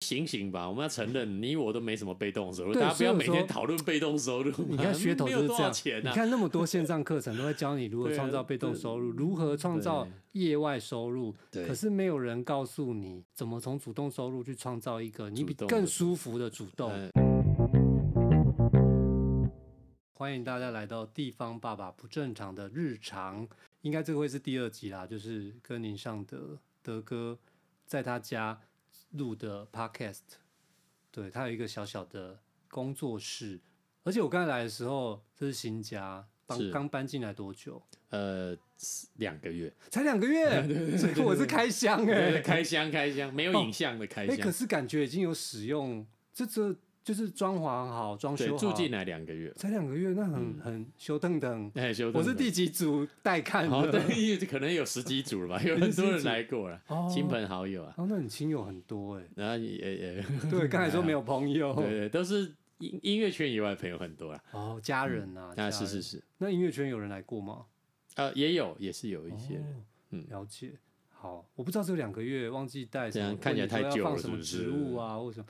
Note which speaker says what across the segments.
Speaker 1: 醒醒吧，我们要承 认你我都没什么被动收入，
Speaker 2: 对
Speaker 1: 大家不要
Speaker 2: 所以我
Speaker 1: 每天
Speaker 2: 说
Speaker 1: 讨论被动收入嘛。
Speaker 2: 你 看噱头
Speaker 1: 没
Speaker 2: 就
Speaker 1: 有
Speaker 2: 是
Speaker 1: 多
Speaker 2: 这
Speaker 1: 少
Speaker 2: 样，
Speaker 1: 钱
Speaker 2: 你
Speaker 1: 啊？
Speaker 2: 看那么多线上课程都在教你如何
Speaker 1: 对啊
Speaker 2: 创造被动
Speaker 1: 对
Speaker 2: 收入，如何创造业外收入，
Speaker 1: 对
Speaker 2: 可是没有人告诉你怎么从主动收入去创造一个你比
Speaker 1: 主动的
Speaker 2: 更舒服的主动。
Speaker 1: 嗯
Speaker 2: 欢迎大家来到地方爸爸不正常的日常，应该这个会是第二集啦，就是跟林尚德德哥在他家录的 podcast，对他有一个小小的工作室，而且我刚才来的时候这是新家，刚
Speaker 1: 是
Speaker 2: 刚搬进来多久？
Speaker 1: 呃，两个 月，
Speaker 2: 才两个月， 所以我是开箱哎、
Speaker 1: 对开箱开箱，没有影像的开
Speaker 2: 哎、可
Speaker 1: 箱，
Speaker 2: 是感觉已经有使用，这这就是装潢好，装
Speaker 1: 对
Speaker 2: 修，好，啊
Speaker 1: 住进来两个月，
Speaker 2: 才两个月，那很、很修腾腾。
Speaker 1: 哎，修
Speaker 2: 我
Speaker 1: 正
Speaker 2: 是
Speaker 1: 的
Speaker 2: 第几组带看的？
Speaker 1: 好，对，因为可能有十几组了 吧，有很多人来过了
Speaker 2: 哦，
Speaker 1: 亲朋好友啊，
Speaker 2: 哦，那你亲友很多哎、
Speaker 1: 然后也 也
Speaker 2: 对，刚才说没有朋友，
Speaker 1: 对对，都是音音乐圈以外的朋友很多啦。
Speaker 2: 哦，家人啊，家
Speaker 1: 啊，
Speaker 2: 人
Speaker 1: 是是。是，
Speaker 2: 那音乐圈有人来过吗？
Speaker 1: 呃，也有也是有一些人，
Speaker 2: 哦
Speaker 1: 嗯
Speaker 2: 了解。好，我不知道这两个月忘记带什
Speaker 1: 这
Speaker 2: 么，
Speaker 1: 样啊看起来太
Speaker 2: 或者
Speaker 1: 旧
Speaker 2: 说要
Speaker 1: 了
Speaker 2: 放什么
Speaker 1: 是
Speaker 2: 植
Speaker 1: 不是
Speaker 2: 物啊，或什 么，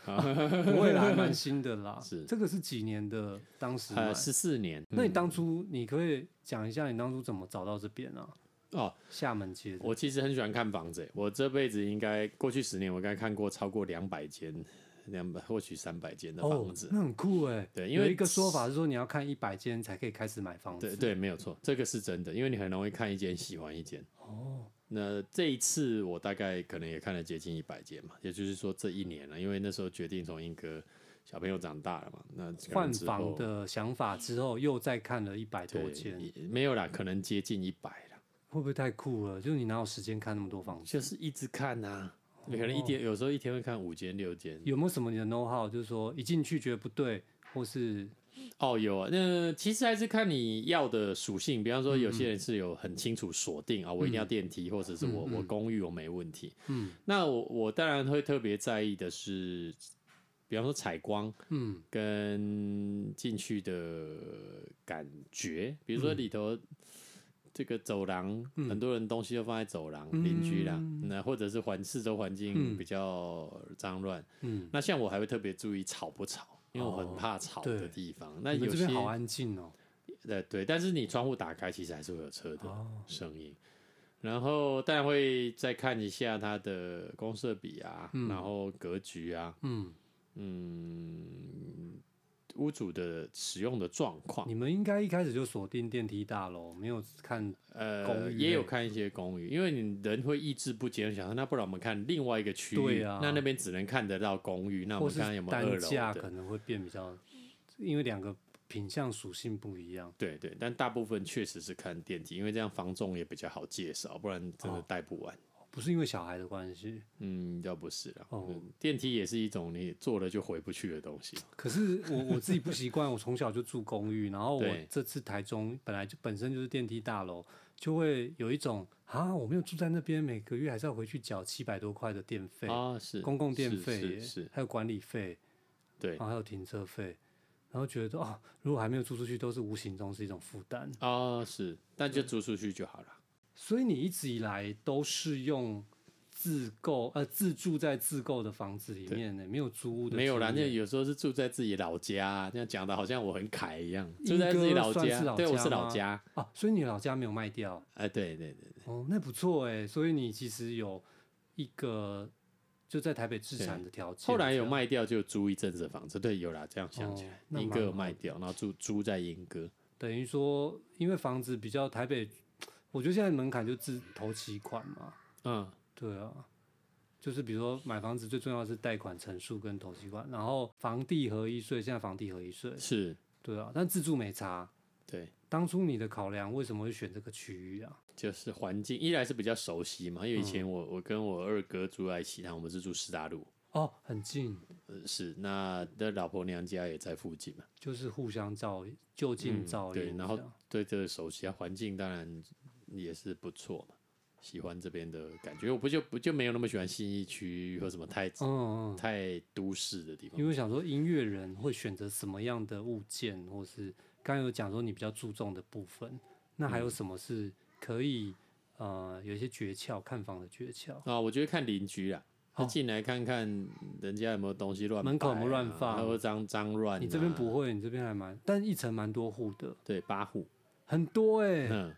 Speaker 2: 不会啦，还蛮新的啦。
Speaker 1: 是
Speaker 2: 这个是几年的？当时买
Speaker 1: 呃，十四年。
Speaker 2: 那你
Speaker 1: 嗯
Speaker 2: 当初你可以讲一下你当初怎么找到这边啊？
Speaker 1: 哦，
Speaker 2: 厦门街的
Speaker 1: 我其实很喜欢看房子欸，我这辈子应该过去十年，我应该看过超过两百间，两百或许三百间的房子。
Speaker 2: 哦、那很酷哎。
Speaker 1: 对因为
Speaker 2: 有一个说法是说你要看一百间才可以开始买房子。
Speaker 1: 对对，没有错，这个是真的，因为你很容易看一间喜欢一间。
Speaker 2: 哦，
Speaker 1: 那这一次我大概可能也看了接近一百间嘛，也就是说这一年了，因为那时候决定从英哥小朋友长大了嘛，那可能
Speaker 2: 换
Speaker 1: 之
Speaker 2: 房
Speaker 1: 后
Speaker 2: 的想法之后又再看了一百多
Speaker 1: 对
Speaker 2: 间，
Speaker 1: 也没有啦，可能接近一百了，
Speaker 2: 会不会太酷了？就是你哪有时间看那么多房子？
Speaker 1: 就是一直看呐、啊，
Speaker 2: 哦
Speaker 1: 可能一天、有时候一天会看五间六间，
Speaker 2: 有没有什么你的 know how？就是说一进去觉得不对，或是
Speaker 1: 哦，有啊，那其实还是看你要的属性，比方说有些人是有很清楚锁定啊、我一定要电梯，或者是我、我公寓我没问题。
Speaker 2: 嗯
Speaker 1: 那我我当然会特别在意的是，比方说采光
Speaker 2: 嗯
Speaker 1: 跟进去的感觉，比如说里头。这个走廊，很多人东西都放在走廊，邻居啦，那或者是环四周环境比较脏乱。
Speaker 2: 嗯，
Speaker 1: 那像我还会特别注意吵不吵，因为我很
Speaker 2: 哦
Speaker 1: 怕吵
Speaker 2: 对
Speaker 1: 的地方。那
Speaker 2: 你们
Speaker 1: 有
Speaker 2: 这
Speaker 1: 些
Speaker 2: 边好安静哦。
Speaker 1: 呃，对，但是你窗户打开，其实还是会有车的
Speaker 2: 哦，
Speaker 1: 声音。然后当然会再看一下它的公设比啊，然后格局啊，
Speaker 2: 嗯，
Speaker 1: 嗯，屋主的使用的状况
Speaker 2: 你，们应该一开始就锁定电梯大楼，没有看公
Speaker 1: 呃，
Speaker 2: 寓
Speaker 1: 也有
Speaker 2: 类
Speaker 1: 看一些公寓，因为你人会意志不坚，想说那不然我们看另外一个区
Speaker 2: 对
Speaker 1: 域，
Speaker 2: 啊
Speaker 1: 那那边只能看得到公寓，那我
Speaker 2: 或
Speaker 1: 们
Speaker 2: 是
Speaker 1: 看看有没有
Speaker 2: 单
Speaker 1: 二
Speaker 2: 价
Speaker 1: 楼
Speaker 2: 可
Speaker 1: 的。
Speaker 2: 能会变比较，因为两个品相属性不一样。
Speaker 1: 对对，但大部分确实是看电梯，因为这样房仲也比较好介绍，不然真的
Speaker 2: 哦
Speaker 1: 带不完。
Speaker 2: 不是因为小孩的关系，
Speaker 1: 嗯，要不是啦，
Speaker 2: 哦
Speaker 1: 嗯电梯也是一种你坐了就回不去的东西。
Speaker 2: 可是我我自己不习惯，我从小就住公寓，然后我
Speaker 1: 对
Speaker 2: 这次台中本来就本身就是电梯大楼，就会有一种啊，我没有住在那边，每个月还是要回去缴七百多块的电费、
Speaker 1: 啊，是
Speaker 2: 公共电
Speaker 1: 是
Speaker 2: 费耶
Speaker 1: 是是，
Speaker 2: 还有管理费，
Speaker 1: 对
Speaker 2: 然后还有停车费，然后觉得哦，如果还没有租出去，都是无形中是一种负担。
Speaker 1: 啊，是，但就租出去就好了。
Speaker 2: 所以你一直以来都是用自购呃自住在自购的房子里面呢，没有租屋的
Speaker 1: 没有啦，
Speaker 2: 经
Speaker 1: 那
Speaker 2: 验
Speaker 1: 有时候是住在自己老家，这样讲的好像我很凯一样，住
Speaker 2: 英
Speaker 1: 在自己
Speaker 2: 哥
Speaker 1: 老
Speaker 2: 算
Speaker 1: 家，
Speaker 2: 是老
Speaker 1: 对，我
Speaker 2: 家
Speaker 1: 是老
Speaker 2: 吗
Speaker 1: 家。
Speaker 2: 啊，所以你老家没有卖掉。
Speaker 1: 哎、对对对对，
Speaker 2: 哦，那不错哎，所以你其实有一个就在台北置
Speaker 1: 对
Speaker 2: 产的条件，
Speaker 1: 后来有
Speaker 2: 这样
Speaker 1: 卖掉就租一阵子的房子，对，有啦，这样想起
Speaker 2: 哦
Speaker 1: 来，
Speaker 2: 那
Speaker 1: 英
Speaker 2: 蛮
Speaker 1: 哥有
Speaker 2: 好
Speaker 1: 卖掉，然后住租在英哥，
Speaker 2: 等于说，因为房子比较台北，我觉得现在门槛就自投期款嘛，
Speaker 1: 嗯，
Speaker 2: 对啊，就是比如说买房子最重要的是贷款成数跟投期款，然后房地合一税，现在房地合一税，
Speaker 1: 是，
Speaker 2: 对啊，但自住没差。
Speaker 1: 对，
Speaker 2: 当初你的考量为什么会选这个区域啊？
Speaker 1: 就是环境一来是比较熟悉嘛，因为以
Speaker 2: 嗯
Speaker 1: 前我、我跟我二哥住在一起，然后我们是住师大路，
Speaker 2: 哦，很近，
Speaker 1: 呃，是，那的老婆娘家也在附近嘛，嗯
Speaker 2: 就是互相照就近照应这
Speaker 1: 对
Speaker 2: 样、，
Speaker 1: 然后对这个熟悉啊，环境当然也是不错嘛，喜欢这边的感觉，我不就不就没有那么喜欢新义区或什么太、
Speaker 2: 嗯嗯，
Speaker 1: 太都市的地方
Speaker 2: 因，为想说音乐人会选择什么样的物件，或是刚刚有讲说你比较注重的部分，那
Speaker 1: 嗯
Speaker 2: 还有什么是可以、呃有一些诀窍看房的诀窍？
Speaker 1: 啊、我觉得看邻居啦，他进来看看人家有没有东西乱摆啊、
Speaker 2: 哦门口有没有乱放
Speaker 1: 还有脏脏乱啊。
Speaker 2: 你这边不会，你这边还蛮，但一层蛮多户的，
Speaker 1: 对八户，
Speaker 2: 很多哎、
Speaker 1: 嗯，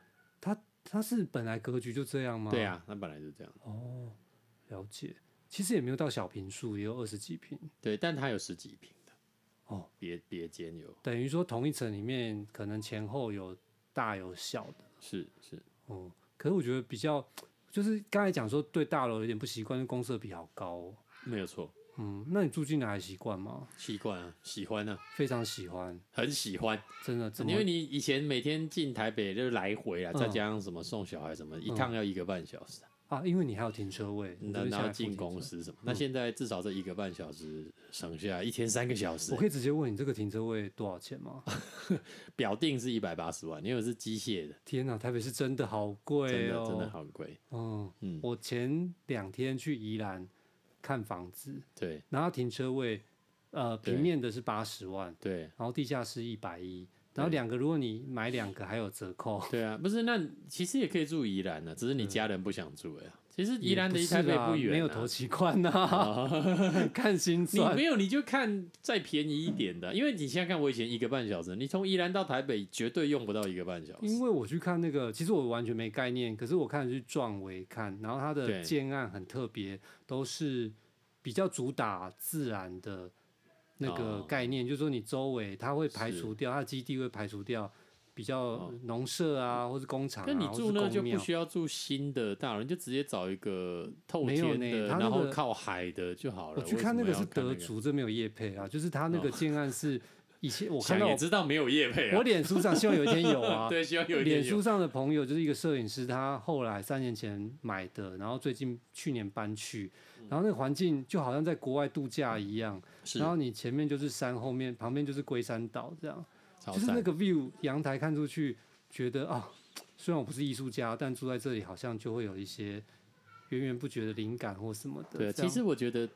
Speaker 2: 它是本来格局就这样吗？
Speaker 1: 对，啊，那本来就这样。
Speaker 2: 哦，了解。其实也没有到小平数，也有二十几平，
Speaker 1: 对，但它有十几平的
Speaker 2: 哦，
Speaker 1: 别别间有，
Speaker 2: 等于说同一层里面可能前后有大有小的。
Speaker 1: 是是，
Speaker 2: 哦，可是我觉得比较，就是刚才讲说对大楼有点不习惯，因为公设比好高、哦。
Speaker 1: 没有错，
Speaker 2: 嗯，那你住进来还习惯吗？
Speaker 1: 习惯啊，喜欢啊，
Speaker 2: 非常喜欢，
Speaker 1: 很喜欢，
Speaker 2: 真的。怎么
Speaker 1: 因为你以前每天进台北就是来回啊，
Speaker 2: 嗯
Speaker 1: 再加上什么送小孩什么，一趟要一个半小时啊，
Speaker 2: 啊？因为你还有停车位，你这
Speaker 1: 那
Speaker 2: 边
Speaker 1: 然
Speaker 2: 下
Speaker 1: 后
Speaker 2: 来附
Speaker 1: 进
Speaker 2: 近嗯
Speaker 1: 公
Speaker 2: 车。
Speaker 1: 司什么，那现在至少这一个半小时省下来一天三个小时
Speaker 2: 我，可以直接问你这个停车位多少钱吗？
Speaker 1: 表定是一百八十万，因为是机械的，
Speaker 2: 天哪，台北是真的好
Speaker 1: 真
Speaker 2: 贵
Speaker 1: 的
Speaker 2: 哦，
Speaker 1: 真的好贵，
Speaker 2: 嗯，
Speaker 1: 嗯，
Speaker 2: 我前两天去宜兰看房子，
Speaker 1: 对
Speaker 2: 然后停车位，呃，
Speaker 1: 对
Speaker 2: 平面的是八十万，
Speaker 1: 对
Speaker 2: 然后地下室一百一，然后
Speaker 1: 对
Speaker 2: 两个如果你买两个还有折扣，
Speaker 1: 对啊，不是，那其实也可以住宜兰啊的，只是你家人不想住哎呀，其实 宜
Speaker 2: 嗯也
Speaker 1: 兰
Speaker 2: 不
Speaker 1: 离
Speaker 2: 是
Speaker 1: 台北
Speaker 2: 啦
Speaker 1: 不远，啊
Speaker 2: 没有投期款呐、 看心
Speaker 1: 你
Speaker 2: 酸
Speaker 1: 没。有，你就看再便宜一点的，因为你现在看我以前一个半小时，你从宜兰到台北绝对用不到一个半小
Speaker 2: 因
Speaker 1: 时。
Speaker 2: 为我去看那个，其实我完全没概念，可是我看的是壮维看，然后它的
Speaker 1: 对
Speaker 2: 建案很特别，都是比较主打自然的那个
Speaker 1: 哦
Speaker 2: 概念，就是说你周围它会排
Speaker 1: 是
Speaker 2: 除掉，它的基地会排除掉比较农舍啊，或是工厂、啊，
Speaker 1: 但你
Speaker 2: 或
Speaker 1: 住
Speaker 2: 是
Speaker 1: 那
Speaker 2: 公
Speaker 1: 就不
Speaker 2: 庙
Speaker 1: 需要住新的大楼，你就直接找一个透
Speaker 2: 没有
Speaker 1: 天
Speaker 2: 呢
Speaker 1: 的，
Speaker 2: 它那
Speaker 1: 然后
Speaker 2: 个
Speaker 1: 靠海的就好了。
Speaker 2: 我去
Speaker 1: 为
Speaker 2: 看
Speaker 1: 什
Speaker 2: 那
Speaker 1: 么
Speaker 2: 个
Speaker 1: 要
Speaker 2: 是
Speaker 1: 看
Speaker 2: 德
Speaker 1: 那个，哦
Speaker 2: 族，这没有叶配啊，就是它那个建 案是以前我
Speaker 1: 想
Speaker 2: 看到
Speaker 1: 也知道没有业配
Speaker 2: 我
Speaker 1: 啊。
Speaker 2: 脸书上，希望有一天有啊。
Speaker 1: 对，希望有一
Speaker 2: 脸
Speaker 1: 点
Speaker 2: 书
Speaker 1: 有。
Speaker 2: 上的朋友就是一个摄影师，他后来三年前买的，然后最近去年搬去，然后那个环境就好像在国外度假一样，
Speaker 1: 嗯是
Speaker 2: 然后你前面就是山，后面旁边就是龟山岛，这样
Speaker 1: 超
Speaker 2: 就是那
Speaker 1: 赞，
Speaker 2: 个 view 阳台看出去，觉得啊、虽然我不是艺术家，但住在这里好像就会有一些源源不绝的灵感或什么的。
Speaker 1: 对，
Speaker 2: 这
Speaker 1: 其
Speaker 2: 样
Speaker 1: 实我觉得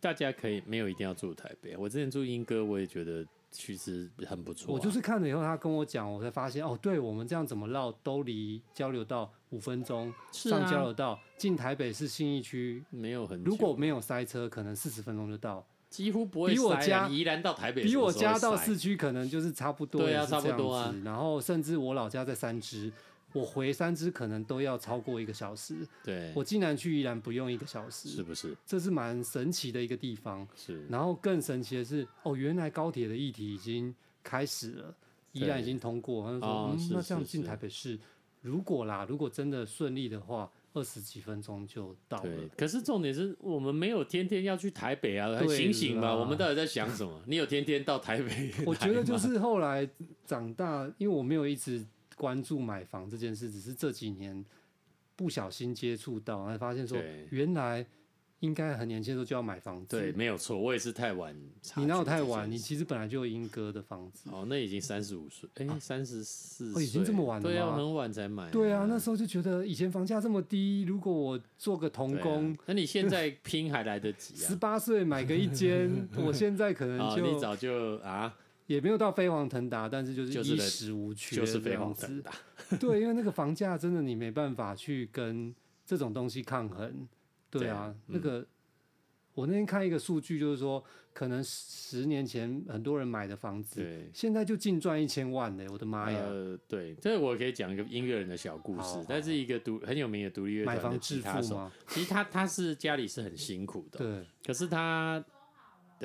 Speaker 1: 大家可以没有一定要住台北。我之前住莺歌，我也觉得其实很不错啊。
Speaker 2: 我就是看了以后，他跟我讲，我才发现哦，对我们这样怎么绕都离交流道五分钟，
Speaker 1: 是
Speaker 2: 上交
Speaker 1: 啊，
Speaker 2: 流道进台北市信义区
Speaker 1: 没有很久。
Speaker 2: 如果没有塞车，可能四十分钟就到。
Speaker 1: 几乎不会
Speaker 2: 比我
Speaker 1: 塞啊
Speaker 2: 家
Speaker 1: 你宜兰到台北什
Speaker 2: 比
Speaker 1: 么
Speaker 2: 我
Speaker 1: 时候会塞，
Speaker 2: 家到市区可能就是差不多，
Speaker 1: 对啊
Speaker 2: 也是这样子
Speaker 1: 差不多啊。
Speaker 2: 然后甚至我老家在三芝，我回三芝可能都要超过一个小时。
Speaker 1: 对，
Speaker 2: 我竟然去宜兰不用一个小
Speaker 1: 是
Speaker 2: 时，
Speaker 1: 不是？
Speaker 2: 这是蛮神奇的一个地方。
Speaker 1: 是
Speaker 2: 然后更神奇的是，哦，原来高铁的议题已经开始了，宜兰已经通过。他就说，
Speaker 1: 哦
Speaker 2: 嗯，
Speaker 1: 是
Speaker 2: 那这样
Speaker 1: 是
Speaker 2: 进
Speaker 1: 是
Speaker 2: 台北市，如果啦，如果真的顺利的话，二十几分钟就到了
Speaker 1: 对。。可是重点是我们没有天天要去台北啊，还
Speaker 2: 对
Speaker 1: 醒醒
Speaker 2: 啦
Speaker 1: 吧！我们到底在想什么？你有天天到台北来吗？
Speaker 2: 我觉得就是后来长大，因为我没有一直关注买房这件事，只是这几年不小心接触到，才发现说
Speaker 1: 对
Speaker 2: 原来应该很年轻的时候就要买房子。
Speaker 1: 对，，没有错，我也是太晚察觉这件事。
Speaker 2: 你哪有太晚？你其实本来就有英哥的房子。
Speaker 1: 哦，那已经三十五岁，哎，三十四，
Speaker 2: 啊哦已经这么晚了
Speaker 1: 对啊，
Speaker 2: 吗
Speaker 1: 我很晚才买。
Speaker 2: 对啊，那时候就觉得以前房价这么低，如果我做个童
Speaker 1: 对啊
Speaker 2: 工，，
Speaker 1: 那你现在拼还来得 及
Speaker 2: 十
Speaker 1: 啊！
Speaker 2: 八岁买个一 间，我现在可能
Speaker 1: 啊，
Speaker 2: 就
Speaker 1: 你早就啊，
Speaker 2: 也没有到飞黄腾达，但是就
Speaker 1: 就是
Speaker 2: 衣
Speaker 1: 人
Speaker 2: 食无
Speaker 1: 就
Speaker 2: 缺这样子，
Speaker 1: 是飞黄腾达。
Speaker 2: 对，因为那个房价真的你没办法去跟这种东西抗衡。对
Speaker 1: 对
Speaker 2: 啊，
Speaker 1: 嗯
Speaker 2: 那个我那天看一个数据，就是说可能十年前很多人买的房子，
Speaker 1: 对，
Speaker 2: 现在就净赚一千万嘞！我的妈呀！
Speaker 1: 呃，对，这我可以讲一个音乐人的小故
Speaker 2: 好好
Speaker 1: 事，但是一个独很有名的独立乐
Speaker 2: 买
Speaker 1: 团的
Speaker 2: 房
Speaker 1: 吉
Speaker 2: 致
Speaker 1: 他
Speaker 2: 富
Speaker 1: 手，
Speaker 2: 吗？
Speaker 1: 其实他他是家里是很辛苦的，
Speaker 2: 对，
Speaker 1: 可是他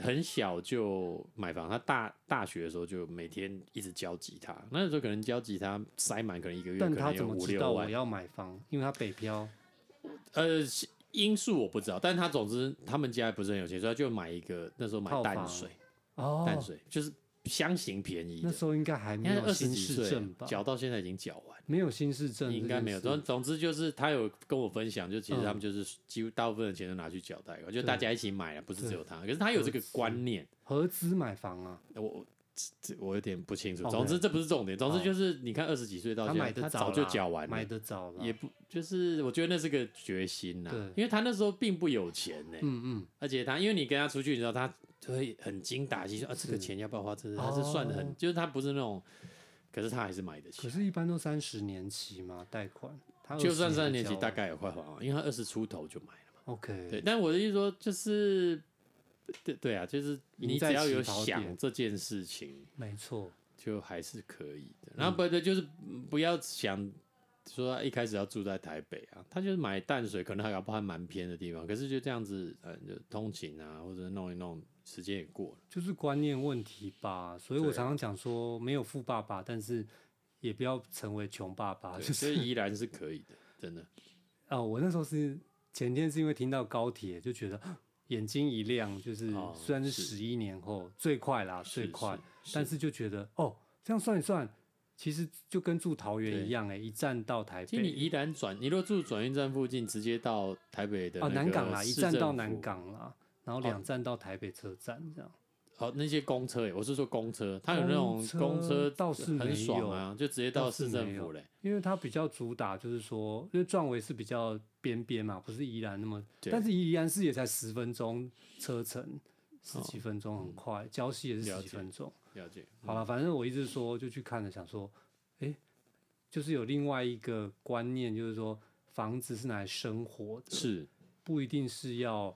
Speaker 1: 很小就买房，他大大学的时候就每天一直教吉他，那时候可能教吉他塞满可能一个月可
Speaker 2: 但他
Speaker 1: 能
Speaker 2: 怎
Speaker 1: 有
Speaker 2: 么
Speaker 1: 五
Speaker 2: 知
Speaker 1: 六
Speaker 2: 道啊我
Speaker 1: 万，
Speaker 2: 要买房？因为他北漂，
Speaker 1: 呃，因素我不知道，但他总之他们家也不是很有钱，所以他就买一个那时候买
Speaker 2: 套
Speaker 1: 淡
Speaker 2: 房
Speaker 1: 水，
Speaker 2: 哦，
Speaker 1: 淡水就是相形便宜
Speaker 2: 那
Speaker 1: 的，
Speaker 2: 时候应该还
Speaker 1: 应
Speaker 2: 没
Speaker 1: 该
Speaker 2: 有
Speaker 1: 二十
Speaker 2: 新
Speaker 1: 几
Speaker 2: 市
Speaker 1: 岁
Speaker 2: 政吧？
Speaker 1: 缴到现在已经缴完。
Speaker 2: 没有新市政，
Speaker 1: 应该没有。总
Speaker 2: 但
Speaker 1: 总之就是他有跟我分享，就其实他
Speaker 2: 嗯
Speaker 1: 们就是几乎大部分的钱都拿去缴贷款，就大家一起买了，啊不是只有他。可是他
Speaker 2: 合
Speaker 1: 有这个观念，
Speaker 2: 合资买房啊，
Speaker 1: 我我这这我有点不清楚。
Speaker 2: OK
Speaker 1: 总之这不是重点，总
Speaker 2: 好
Speaker 1: 之就是你看二十几岁到
Speaker 2: 他
Speaker 1: 现
Speaker 2: 买
Speaker 1: 在，
Speaker 2: 的
Speaker 1: 他
Speaker 2: 早
Speaker 1: 早就
Speaker 2: 啦
Speaker 1: 缴完
Speaker 2: 买
Speaker 1: 了，
Speaker 2: 的早了，
Speaker 1: 也不就是我觉得那是个决心呐
Speaker 2: 对，
Speaker 1: 因为他那时候并不有钱呢，
Speaker 2: 嗯嗯，
Speaker 1: 而且他因为你跟他出去，你知道他会很精打细算，啊这个
Speaker 2: 是
Speaker 1: 钱要不要花，这是他是算的
Speaker 2: 哦
Speaker 1: 很，就是他不是那种，可是他还是买得起
Speaker 2: 可。是，一般都三十年期嘛，贷款，他
Speaker 1: 就算三
Speaker 2: 20
Speaker 1: 年级，
Speaker 2: 交
Speaker 1: 大概也快还完，因为他二十出头就买了嘛。
Speaker 2: OK，
Speaker 1: 对，但我的意思说就是，对对啊，就是
Speaker 2: 赢
Speaker 1: 你
Speaker 2: 在
Speaker 1: 只要
Speaker 2: 起
Speaker 1: 有
Speaker 2: 跑
Speaker 1: 想
Speaker 2: 点
Speaker 1: 这件事情，
Speaker 2: 没错，
Speaker 1: 就还是可以的。然后不对，就是嗯不要想说一开始要住在台北啊，他就是买淡水，可能还搞不好还蛮偏的地方，可是就这样子，呃，就通勤啊，或者弄一弄，时间也过了。
Speaker 2: 就是观念问题吧。所以我
Speaker 1: 对
Speaker 2: 常常讲说，没有富爸爸，但是也不要成为穷爸爸。
Speaker 1: 对
Speaker 2: 啊就
Speaker 1: 所
Speaker 2: 是
Speaker 1: 以依然是可以的，真的。
Speaker 2: 啊、我那时候是前天是因为听到高铁，就觉得嗯眼睛一亮，就是、
Speaker 1: 哦
Speaker 2: 虽然是
Speaker 1: 是
Speaker 2: 十一年后最快啦，最
Speaker 1: 是
Speaker 2: 快，，
Speaker 1: 是
Speaker 2: 但是就觉得哦，这样算一算，其实就跟住桃园
Speaker 1: 对
Speaker 2: 一样哎、一站到台
Speaker 1: 其实你
Speaker 2: 北。
Speaker 1: 宜兰转，你如果住转运站附近，直接到台北的
Speaker 2: 哦，
Speaker 1: 那
Speaker 2: 南
Speaker 1: 个
Speaker 2: 港啦，一
Speaker 1: 市
Speaker 2: 站到
Speaker 1: 政
Speaker 2: 南
Speaker 1: 府。
Speaker 2: 港啦，然后
Speaker 1: 哦
Speaker 2: 两站到台北车站这样。
Speaker 1: 哦，那些公车耶，我是说公车，它有那种
Speaker 2: 公车
Speaker 1: 公车
Speaker 2: 倒是没
Speaker 1: 很爽啊，就直接
Speaker 2: 倒
Speaker 1: 到
Speaker 2: 是
Speaker 1: 市
Speaker 2: 没
Speaker 1: 政
Speaker 2: 有
Speaker 1: 府嘞。
Speaker 2: 因为它比较主打就是说，因为壮围是比较边边嘛，不是宜兰那么，
Speaker 1: 对
Speaker 2: 但是宜兰市也才十分钟车程，十
Speaker 1: 哦
Speaker 2: 几分钟很快，礁溪也是十
Speaker 1: 了
Speaker 2: 几
Speaker 1: 解嗯
Speaker 2: 分钟。
Speaker 1: 了解，
Speaker 2: 好了，反正我一直说就去看了，想说，哎、就是有另外一个观念，就是说房子是拿来生活的，
Speaker 1: 是，
Speaker 2: 不一定是要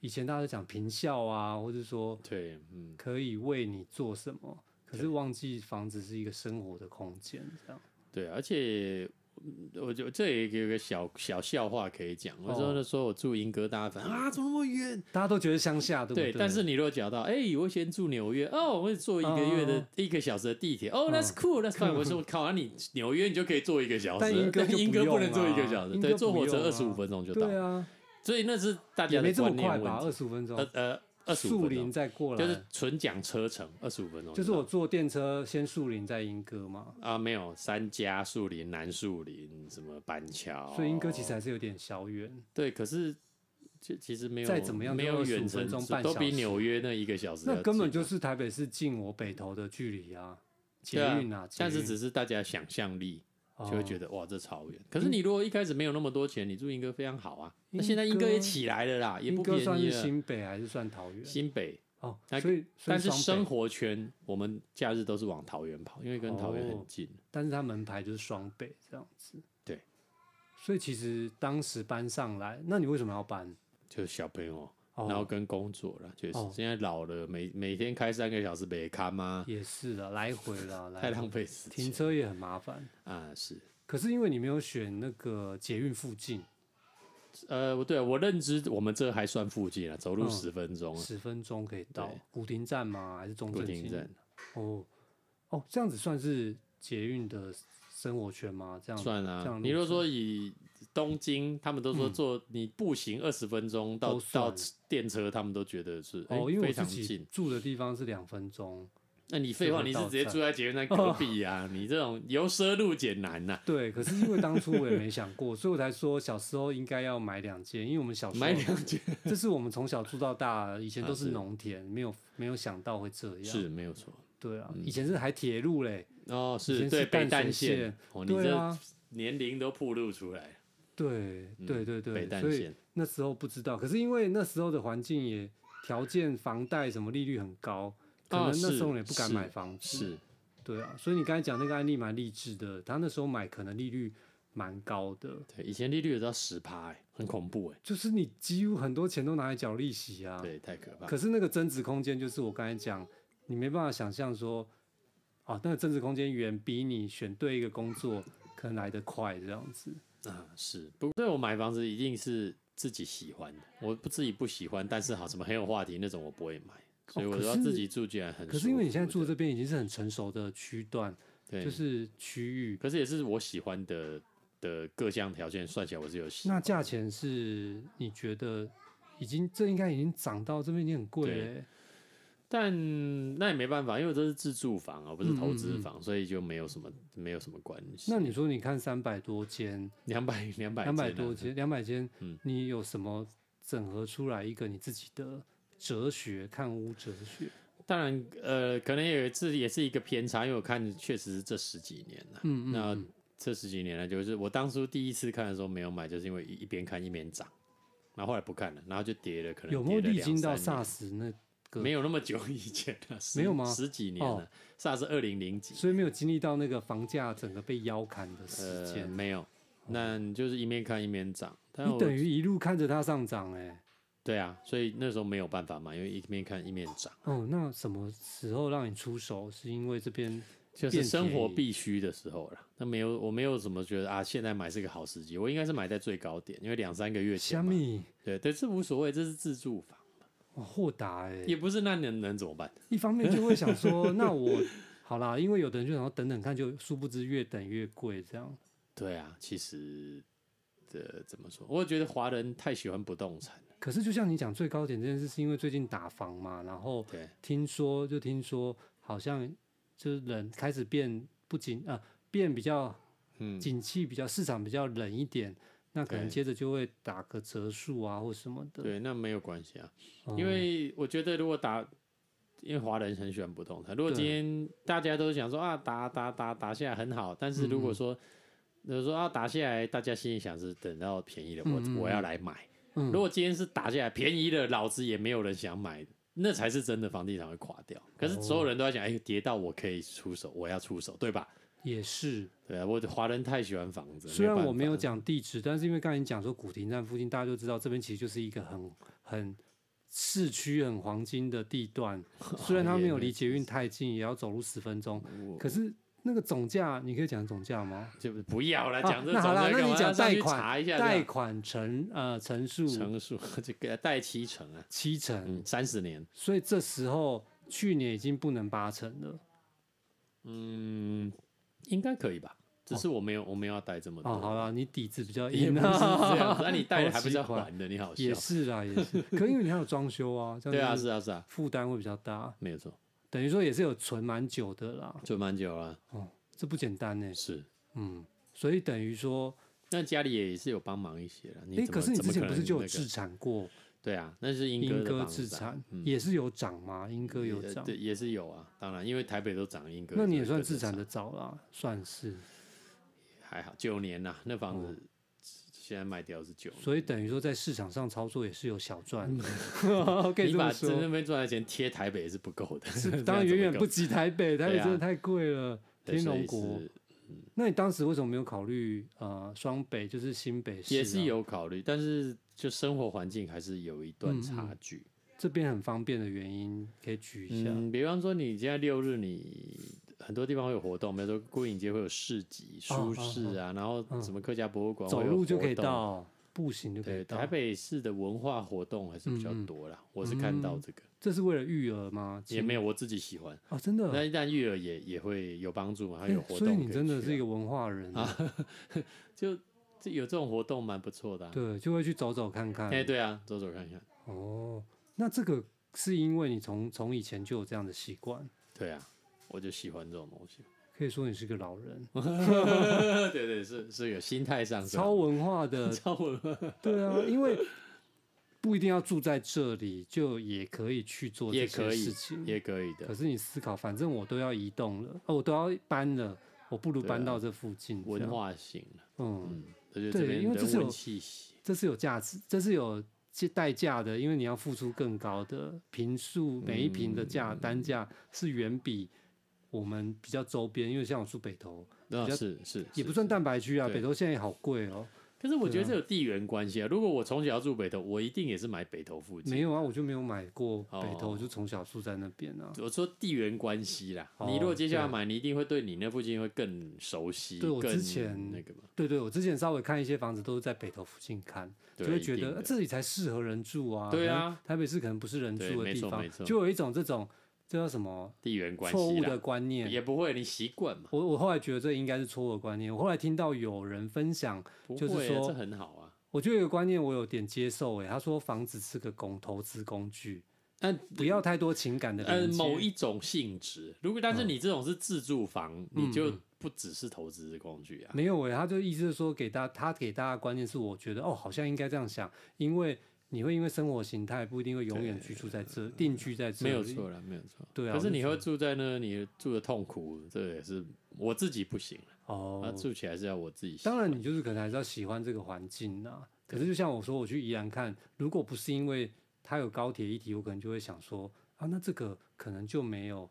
Speaker 2: 以前大家都讲平效啊，或者说
Speaker 1: 对，嗯，
Speaker 2: 可以为你做什么，可是
Speaker 1: 对
Speaker 2: 忘记房子是一个生活的空间，这样。
Speaker 1: 对，啊而且。嗯我就这也有个小小笑话可以讲。我
Speaker 2: 哦
Speaker 1: 说的说我住英歌大反啊，怎么那么远？
Speaker 2: 大家都觉得乡下，对不
Speaker 1: 对，
Speaker 2: 对？
Speaker 1: 但是你如果讲到，哎、我先住纽约，哦，我坐一个月的、
Speaker 2: 哦
Speaker 1: 一个小时的地铁，哦，that's cool，that's fine。我说，靠，啊你纽约你就可以坐一个小时，
Speaker 2: 但英歌就
Speaker 1: 英
Speaker 2: 不
Speaker 1: 歌不
Speaker 2: 用
Speaker 1: 能坐一个
Speaker 2: 啦
Speaker 1: 小时，
Speaker 2: 英
Speaker 1: 对，
Speaker 2: 歌
Speaker 1: 坐
Speaker 2: 不
Speaker 1: 火
Speaker 2: 用
Speaker 1: 车
Speaker 2: 啊
Speaker 1: 二十五分钟就到，
Speaker 2: 对啊，
Speaker 1: 所以那是大
Speaker 2: 也
Speaker 1: 家
Speaker 2: 没
Speaker 1: 的
Speaker 2: 这么
Speaker 1: 观
Speaker 2: 快
Speaker 1: 念问
Speaker 2: 吧？
Speaker 1: 题
Speaker 2: 二。十五分钟，
Speaker 1: 呃呃，二十五
Speaker 2: 树
Speaker 1: 分
Speaker 2: 林
Speaker 1: 钟，
Speaker 2: 再过来，
Speaker 1: 就是纯讲车程，二十五分钟哦到。
Speaker 2: 就是我坐电车先树林再莺歌嘛，
Speaker 1: 啊，没有三家树林、南树林、什么板桥，
Speaker 2: 所以莺歌其实还是有点小远。
Speaker 1: 对，可是。就其实没有
Speaker 2: 再怎么样
Speaker 1: 没
Speaker 2: 都
Speaker 1: 有
Speaker 2: 25
Speaker 1: 远
Speaker 2: 分
Speaker 1: 程
Speaker 2: 钟
Speaker 1: 住
Speaker 2: 半
Speaker 1: 都比
Speaker 2: 小时
Speaker 1: 纽约那一个小时要
Speaker 2: 那根本
Speaker 1: 近
Speaker 2: 就
Speaker 1: 啊
Speaker 2: 是台北市近我北投的距离啊，捷
Speaker 1: 对啊
Speaker 2: 运哦啊，
Speaker 1: 但是只是大家想象力就会觉
Speaker 2: 得
Speaker 1: 得、哇，这超远。可是你如果一开始没有那么多钱，你住英歌非常好啊。
Speaker 2: 英
Speaker 1: 那现在英
Speaker 2: 歌
Speaker 1: 歌也起来了啦，也
Speaker 2: 莺
Speaker 1: 不
Speaker 2: 歌
Speaker 1: 便
Speaker 2: 算
Speaker 1: 宜
Speaker 2: 是
Speaker 1: 了。
Speaker 2: 新北还是算桃园？
Speaker 1: 新北，
Speaker 2: 哦，
Speaker 1: 那
Speaker 2: 所以
Speaker 1: 但是生
Speaker 2: 生，
Speaker 1: 活圈，我们假日都是往桃园跑，因为跟桃园
Speaker 2: 哦
Speaker 1: 很近。
Speaker 2: 但是它门牌就是双北这样子。
Speaker 1: 对，
Speaker 2: 所以其实当时搬上来，那你为什么要搬？
Speaker 1: 就是小朋友，
Speaker 2: 哦
Speaker 1: 然后跟工作啦，确实
Speaker 2: 哦
Speaker 1: 现在老了，每每天开三个小时北咖吗？
Speaker 2: 也是啦，来回 啦，来
Speaker 1: 太
Speaker 2: 回
Speaker 1: 浪费时
Speaker 2: 停
Speaker 1: 间
Speaker 2: 车也很麻烦。
Speaker 1: 啊！是，
Speaker 2: 可是因为你没有选那个捷运附近，
Speaker 1: 呃，我对我认知，我们这还算附近啊，走路
Speaker 2: 嗯
Speaker 1: 十分钟啊，
Speaker 2: 十分钟可以到
Speaker 1: 对
Speaker 2: 古亭站吗？还是中
Speaker 1: 固
Speaker 2: 正
Speaker 1: 定
Speaker 2: 纪
Speaker 1: 站
Speaker 2: 念？哦哦，这样子算是捷运的生活圈吗？这样
Speaker 1: 算
Speaker 2: 这
Speaker 1: 啊
Speaker 2: 样。
Speaker 1: 你如果
Speaker 2: 路
Speaker 1: 说以东京，他们都说
Speaker 2: 嗯
Speaker 1: 坐你步行二十分钟到
Speaker 2: 都算
Speaker 1: 到电车，他们都觉得是
Speaker 2: 哦，
Speaker 1: 诶非
Speaker 2: 因为我自
Speaker 1: 常
Speaker 2: 己
Speaker 1: 近。
Speaker 2: 住的地方是两分钟，
Speaker 1: 那你废话，
Speaker 2: 就会
Speaker 1: 你是
Speaker 2: 到
Speaker 1: 直接
Speaker 2: 站
Speaker 1: 住在捷运站隔壁 啊？你这种由奢入俭难呐，
Speaker 2: 对。可是因为当初我也没想过，所以我才说小时候应该要买两间，因为我们小时
Speaker 1: 买
Speaker 2: 候，
Speaker 1: 两间
Speaker 2: 这哦是我们从小住到大，以前
Speaker 1: 啊
Speaker 2: 都是
Speaker 1: 是
Speaker 2: 农田，没有没有想到会这样。
Speaker 1: 是没有错。
Speaker 2: 对啊，以前是还铁路嘞，
Speaker 1: 哦，
Speaker 2: 以前
Speaker 1: 是对
Speaker 2: 是淡
Speaker 1: 北淡
Speaker 2: 水线
Speaker 1: 线，哦，你
Speaker 2: 对
Speaker 1: 这
Speaker 2: 啊，
Speaker 1: 年龄都暴露出来了。
Speaker 2: 对对对对，
Speaker 1: 嗯北淡
Speaker 2: 所以
Speaker 1: 线
Speaker 2: 那时候不知道，可是因为那时候的环境也条件、房贷什么利率很高，可能
Speaker 1: 哦
Speaker 2: 那时候
Speaker 1: 是
Speaker 2: 也不敢
Speaker 1: 是
Speaker 2: 买房子。
Speaker 1: 是
Speaker 2: 对啊，所以你刚才讲那个案例蛮励志的，他那时候买可能利率蛮高的，
Speaker 1: 对，以前利率有到十趴，哎，很恐怖哎，
Speaker 2: 就是你几乎很多钱都拿来缴利息啊。
Speaker 1: 对，太可怕。
Speaker 2: 可是那个增值空间，就是我刚才讲，你没办法想象说，哦，那个增值空间远比你选对一个工作可能来得快这样子。
Speaker 1: 啊，是，不对我买房子一定是自己喜欢的，我不自己不喜欢，但是好什么很有话题那种我不会买，所以
Speaker 2: 哦
Speaker 1: 我
Speaker 2: 可
Speaker 1: 说
Speaker 2: 是
Speaker 1: 自己住居然很
Speaker 2: 可是因为你现在
Speaker 1: 舒
Speaker 2: 住
Speaker 1: 服
Speaker 2: 的这边已经是很成熟的区段，
Speaker 1: 对，
Speaker 2: 就是区域，
Speaker 1: 可是也是我喜欢的的各项条件算起来我是有喜
Speaker 2: 那
Speaker 1: 欢
Speaker 2: 价钱是你觉得已经这应该已经涨到这边已经很贵了
Speaker 1: 对
Speaker 2: 欸、
Speaker 1: 但那也没办法，因为这是自住房啊，不是投
Speaker 2: 嗯嗯
Speaker 1: 资
Speaker 2: 嗯
Speaker 1: 房，所以就没有什么没有什么关系。
Speaker 2: 那你说你看三百多间，
Speaker 1: 两百两百啊
Speaker 2: 两百多间，两百间
Speaker 1: 嗯，
Speaker 2: 你有什么整合出来一个你自己的哲学看屋哲学？
Speaker 1: 当然，呃，可能也是也是一个偏差，因为我看确实是这十几年了、
Speaker 2: 嗯嗯
Speaker 1: 那
Speaker 2: 嗯
Speaker 1: 这十几年来，就是我当初第一次看的时候没有买，就是因为一一边看一边涨，然后后来不看了，然后就跌了，可能
Speaker 2: 有没有
Speaker 1: 跌了
Speaker 2: 历经到
Speaker 1: 两三年
Speaker 2: SARS 那个
Speaker 1: 没有那么久以前了、十
Speaker 2: 没有吗哦
Speaker 1: 十几年了、s a r s 二零零几，
Speaker 2: 所以没有经历到那个房价整个被腰砍的时
Speaker 1: 呃，
Speaker 2: 间。
Speaker 1: 没有，那你就是一面看一面涨，但
Speaker 2: 哦你
Speaker 1: 我
Speaker 2: 等于一路看着它上涨哎、
Speaker 1: 对啊，所以那时候没有办法嘛，因为一面看一面涨，
Speaker 2: 哦，那什么时候让你出手？是因为这边
Speaker 1: 就是生活
Speaker 2: 便宜
Speaker 1: 必须的时候啦。那没有，我没有怎么觉得啊，现在买是个好时机。我应该是买在最高点，因为两三个月前
Speaker 2: 虾
Speaker 1: 嘛。
Speaker 2: 米
Speaker 1: 对对，这无所谓，这是自住房，
Speaker 2: 哇豁达哎、
Speaker 1: 也不是那能能怎么办？
Speaker 2: 一方面就会想说， 那我好啦，因为有的人就想要等等看，就殊不知越等越贵这样。
Speaker 1: 对啊，其实呃怎么说？我觉得华人太喜欢不动产了。
Speaker 2: 可是就像你讲最高点这件事，是因为最近打房嘛，然后
Speaker 1: 对，
Speaker 2: 听说就听说好像就是人开始变不景啊、变比较
Speaker 1: 嗯，
Speaker 2: 景气比较市场比较冷一点，那可能
Speaker 1: 对
Speaker 2: 接着就会打个折数啊或什么的。
Speaker 1: 对，那没有关系啊，
Speaker 2: 嗯
Speaker 1: 因为我觉得如果打。因为华人很喜欢不动产。如果
Speaker 2: 对
Speaker 1: 今天大家都想说啊，打打打打下来很好，但是
Speaker 2: 嗯
Speaker 1: 如果说，有时候啊打下来，大家心里想是等到便宜了，我、
Speaker 2: 嗯嗯
Speaker 1: 我要来买。
Speaker 2: 嗯
Speaker 1: 如果今天是打下来便宜了，老子也没有人想买，那才是真的房地产会垮掉。可是所有人都在想，哎、跌到我可以出手，我要出手，对吧？
Speaker 2: 也是，
Speaker 1: 对啊，我华人太喜欢房子，
Speaker 2: 虽然我
Speaker 1: 没
Speaker 2: 没
Speaker 1: 有
Speaker 2: 有
Speaker 1: 办法
Speaker 2: 讲地址，但是因为刚才你讲说古亭站附近，大家就知道这边其实就是一个很很市区、很黄金的地 段。虽然它没
Speaker 1: 哎
Speaker 2: 有离捷运太近，也要走路十分钟，
Speaker 1: 我
Speaker 2: 可是那个总价，你可以讲总价吗？
Speaker 1: 就不要了，
Speaker 2: 啊
Speaker 1: 讲这
Speaker 2: 那
Speaker 1: 种
Speaker 2: 好啦
Speaker 1: 的
Speaker 2: 那
Speaker 1: 干
Speaker 2: 你
Speaker 1: 嘛
Speaker 2: 讲
Speaker 1: 上去
Speaker 2: 贷款
Speaker 1: 查一下
Speaker 2: 贷
Speaker 1: 这
Speaker 2: 款乘呃乘数
Speaker 1: 样成数， 这个贷七成啊，
Speaker 2: 七成，
Speaker 1: 嗯，三十年，
Speaker 2: 所以这时候去年已经不能八成了。
Speaker 1: 嗯，应该可以吧？只是我没有，我没有要贷这么多。
Speaker 2: 哦，好啦，你底子比 较
Speaker 1: 也
Speaker 2: 硬
Speaker 1: 不是
Speaker 2: 啊，
Speaker 1: 这样子，那你贷了还不是要
Speaker 2: 好奇怪
Speaker 1: 还的？你好笑
Speaker 2: 也。是啦，也是。可因为你还有装修啊，这
Speaker 1: 对啊，
Speaker 2: 样子
Speaker 1: 是啊，是啊，
Speaker 2: 负担会比较大。
Speaker 1: 没有错，
Speaker 2: 等于说也是有存蛮久的啦，
Speaker 1: 存蛮久了，
Speaker 2: 这不简单呢。
Speaker 1: 是。
Speaker 2: 嗯，所以等于说，
Speaker 1: 那家里也是有帮忙一些了。你
Speaker 2: 哎、
Speaker 1: 怎
Speaker 2: 可
Speaker 1: 么
Speaker 2: 是你
Speaker 1: 怎
Speaker 2: 之
Speaker 1: 么
Speaker 2: 前
Speaker 1: 可
Speaker 2: 不是
Speaker 1: 能
Speaker 2: 就有
Speaker 1: 那个
Speaker 2: 自产过
Speaker 1: 对啊，那是
Speaker 2: 英
Speaker 1: 歌
Speaker 2: 歌
Speaker 1: 的
Speaker 2: 自
Speaker 1: 产
Speaker 2: 产，也是有涨吗？英歌有涨，
Speaker 1: 嗯对，也是有啊。当然，因为台北都涨英歌，
Speaker 2: 那你也
Speaker 1: 所以跟
Speaker 2: 算
Speaker 1: 着
Speaker 2: 自产
Speaker 1: 涨
Speaker 2: 的早啦，算是。
Speaker 1: 还好，九年呐、那房
Speaker 2: 哦
Speaker 1: 子现在卖掉是九年。
Speaker 2: 所以等于说在市场上操作也是有小赚的，可以
Speaker 1: 嗯你
Speaker 2: 这
Speaker 1: 把
Speaker 2: 么
Speaker 1: 在那
Speaker 2: 说。
Speaker 1: 边赚的钱贴台北也是不够的， 这样
Speaker 2: 当然远远
Speaker 1: 怎么够
Speaker 2: 不及台北，台北
Speaker 1: 对啊
Speaker 2: 真的太贵了。
Speaker 1: 对
Speaker 2: 天
Speaker 1: 所
Speaker 2: 龙
Speaker 1: 以
Speaker 2: 国
Speaker 1: 是
Speaker 2: 那你当时为什么没有考虑呃双北，就是新北市、啊？
Speaker 1: 也是，有考虑，但是就生活环境还是有一
Speaker 2: 嗯
Speaker 1: 段差距。
Speaker 2: 这边很方便的原因可以举一下。
Speaker 1: 嗯，比方说你现在六日你很多地方会有活动，比如说归隐街会有市集、
Speaker 2: 哦
Speaker 1: 书市啊，然
Speaker 2: 嗯
Speaker 1: 后什么客家博物馆会
Speaker 2: 走
Speaker 1: 有
Speaker 2: 路就
Speaker 1: 活
Speaker 2: 可以
Speaker 1: 动。
Speaker 2: 到，步行就可以
Speaker 1: 对，
Speaker 2: 到。嗯
Speaker 1: 台北市的文化活动还是比较多啦。我是看到这个，
Speaker 2: 这是为了育儿吗？
Speaker 1: 也没有我自己喜欢，
Speaker 2: 啊、哦，真的。
Speaker 1: 但但育儿也也会有帮助嘛，还
Speaker 2: 哎
Speaker 1: 有活动可
Speaker 2: 所
Speaker 1: 去啊、
Speaker 2: 以你真的是一个文化人啊，
Speaker 1: 就这有这种活动蛮不错的、啊。
Speaker 2: 对，就会去走走看看。
Speaker 1: 哎，对啊，走走看看。
Speaker 2: 哦，那这个是因为你从从以前就有这样的习惯，
Speaker 1: 对啊，我就喜欢这种 东西。
Speaker 2: 可以说你是个老人，
Speaker 1: 对对，是是有心态上是吧。
Speaker 2: 啊超文化的
Speaker 1: 超文化
Speaker 2: 对啊，因为不一定要住在这里，就也可以去做这
Speaker 1: 也
Speaker 2: 些
Speaker 1: 可以
Speaker 2: 事情。
Speaker 1: 也可以的
Speaker 2: 可。是你思考，反正我都要移动了，哦，我都要搬了，我不如
Speaker 1: 对
Speaker 2: 搬
Speaker 1: 啊
Speaker 2: 到这附近。这
Speaker 1: 文
Speaker 2: 样，
Speaker 1: 化性的，
Speaker 2: 嗯。
Speaker 1: 嗯，而且
Speaker 2: 对
Speaker 1: 这边
Speaker 2: 因为
Speaker 1: 人
Speaker 2: 这是有
Speaker 1: 文气息，
Speaker 2: 这是有价值，这是有价代价的，因为你要付出更高的平
Speaker 1: 嗯
Speaker 2: 数，每一平的价、单价是远比我们比较周边，因为像我住北投，
Speaker 1: 那
Speaker 2: 较
Speaker 1: 啊是是
Speaker 2: 也不
Speaker 1: 是
Speaker 2: 算蛋白区啊，
Speaker 1: 对
Speaker 2: 北投现在也好贵哦。
Speaker 1: 可是我觉得
Speaker 2: 对啊
Speaker 1: 这有地缘关系啊。如果我从小住北投，我一定也是买北投附
Speaker 2: 没
Speaker 1: 近。
Speaker 2: 有啊，我就没有买过北投，
Speaker 1: 哦
Speaker 2: 我就从小住在那边啊。
Speaker 1: 我说地缘关系啦，
Speaker 2: 哦
Speaker 1: 你如果接下来
Speaker 2: 对
Speaker 1: 买，你一定会对你那附近会更熟悉，
Speaker 2: 对我之
Speaker 1: 更
Speaker 2: 前
Speaker 1: 那个嘛，
Speaker 2: 对对，我之前稍微看一些房子都是在北投附近看，就
Speaker 1: 对
Speaker 2: 会觉
Speaker 1: 一定
Speaker 2: 得、
Speaker 1: 的
Speaker 2: 呃这里才适合人住啊。
Speaker 1: 对
Speaker 2: 可能
Speaker 1: 啊，
Speaker 2: 台北市可能不是人
Speaker 1: 对
Speaker 2: 住的
Speaker 1: 没
Speaker 2: 地
Speaker 1: 错
Speaker 2: 方
Speaker 1: 没，错
Speaker 2: 就有一种这种这叫什么
Speaker 1: 地缘关
Speaker 2: 错
Speaker 1: 系
Speaker 2: 误的
Speaker 1: 啦，
Speaker 2: 观念，
Speaker 1: 也不会你习惯嘛，
Speaker 2: 我我后来觉得这应该是错误的观念。我后来听到有人分享，
Speaker 1: 不
Speaker 2: 就是
Speaker 1: 会啊，
Speaker 2: 说
Speaker 1: 这很好啊。
Speaker 2: 我觉得有个观念我有点接受诶、欸他说房子是个工投资工具，
Speaker 1: 但
Speaker 2: 不要太多情感的
Speaker 1: 呃，
Speaker 2: 连接
Speaker 1: 某一种性质，如果但是你这种是自住房，
Speaker 2: 嗯
Speaker 1: 你就不只是投资工具啊。
Speaker 2: 没有诶、他就意思是说给大他给大家的观念是，我觉得哦，好像应该这样想，因为你会因为生活形态不一定会永远居住在这，定居在这
Speaker 1: 没
Speaker 2: 里，
Speaker 1: 有错了，没有错。
Speaker 2: 对啊
Speaker 1: 可
Speaker 2: 我
Speaker 1: 是
Speaker 2: 就
Speaker 1: 你会住在那，你住的痛苦，这也是我自己不行了。那
Speaker 2: 哦。
Speaker 1: 住起来是要我自己喜欢。
Speaker 2: 当然，你就是可能还是要喜欢这个环境呐、可是就像我说，我去宜兰看，如果不是因为它有高铁一体，我可能就会想说啊，那这个可能就没有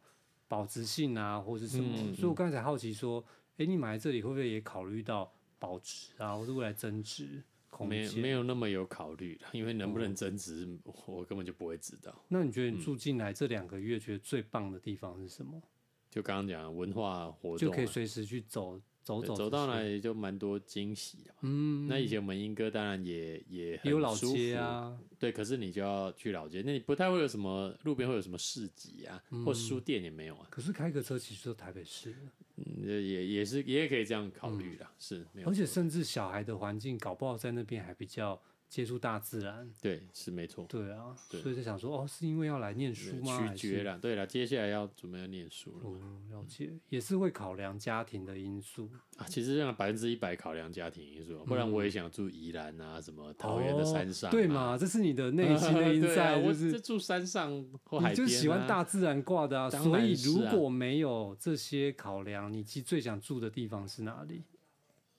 Speaker 2: 保值性啊，或是什么。
Speaker 1: 嗯嗯
Speaker 2: 所以我刚才好奇说，诶，你买在这里会不会也考虑到保值啊，或是未来增值？空
Speaker 1: 没有
Speaker 2: 间。
Speaker 1: 没有那么有考虑了，因为能不能增值，我根本就不会知道。
Speaker 2: 那你
Speaker 1: 嗯
Speaker 2: 觉得你住进来这两个月，觉得最棒的地方是什么？
Speaker 1: 就刚刚讲的文化活
Speaker 2: 就
Speaker 1: 动、
Speaker 2: 可以
Speaker 1: 啊，
Speaker 2: 随时去走走
Speaker 1: 对
Speaker 2: 走
Speaker 1: 走
Speaker 2: 这
Speaker 1: 到
Speaker 2: 些
Speaker 1: 哪，里就蛮多惊喜的嘛。
Speaker 2: 嗯，
Speaker 1: 那以前我们英歌当然也也
Speaker 2: 也
Speaker 1: 很
Speaker 2: 有老
Speaker 1: 舒
Speaker 2: 街
Speaker 1: 服，
Speaker 2: 啊，
Speaker 1: 对，可是你就要去老街，那你不太会有什么路边会有什么市集啊，或
Speaker 2: 嗯
Speaker 1: 书店也没有啊，
Speaker 2: 可是开个车其实到台北市了，
Speaker 1: 嗯、也也是也可以这样考虑啦，是没有
Speaker 2: 嗯而
Speaker 1: 错，
Speaker 2: 且甚至小孩的环境，搞不好在那边还比较接触大自然。
Speaker 1: 对，是没错，
Speaker 2: 对啊，
Speaker 1: 对
Speaker 2: 所以就想说，哦，是因为要来念书吗？
Speaker 1: 取
Speaker 2: 还
Speaker 1: 决
Speaker 2: 是
Speaker 1: 啦，对啦，接下来要准备要念书了嘛、
Speaker 2: 嗯，了解，也是会考量家庭的因素。
Speaker 1: 啊，其实让百分之一百考量家庭因素啊，不然我也想住宜兰啊，什么桃园的山上、
Speaker 2: 嗯
Speaker 1: 啊
Speaker 2: 哦，对？嘛？这是你的内心的 因
Speaker 1: 对啊
Speaker 2: 在，
Speaker 1: 我
Speaker 2: 是
Speaker 1: 这住山上或海边、啊，
Speaker 2: 你就喜欢大自然挂的啊。
Speaker 1: 当
Speaker 2: 所
Speaker 1: 然
Speaker 2: 以
Speaker 1: 是
Speaker 2: 如
Speaker 1: 啊
Speaker 2: 果没有这些考量，你其实最想住的地方是哪里？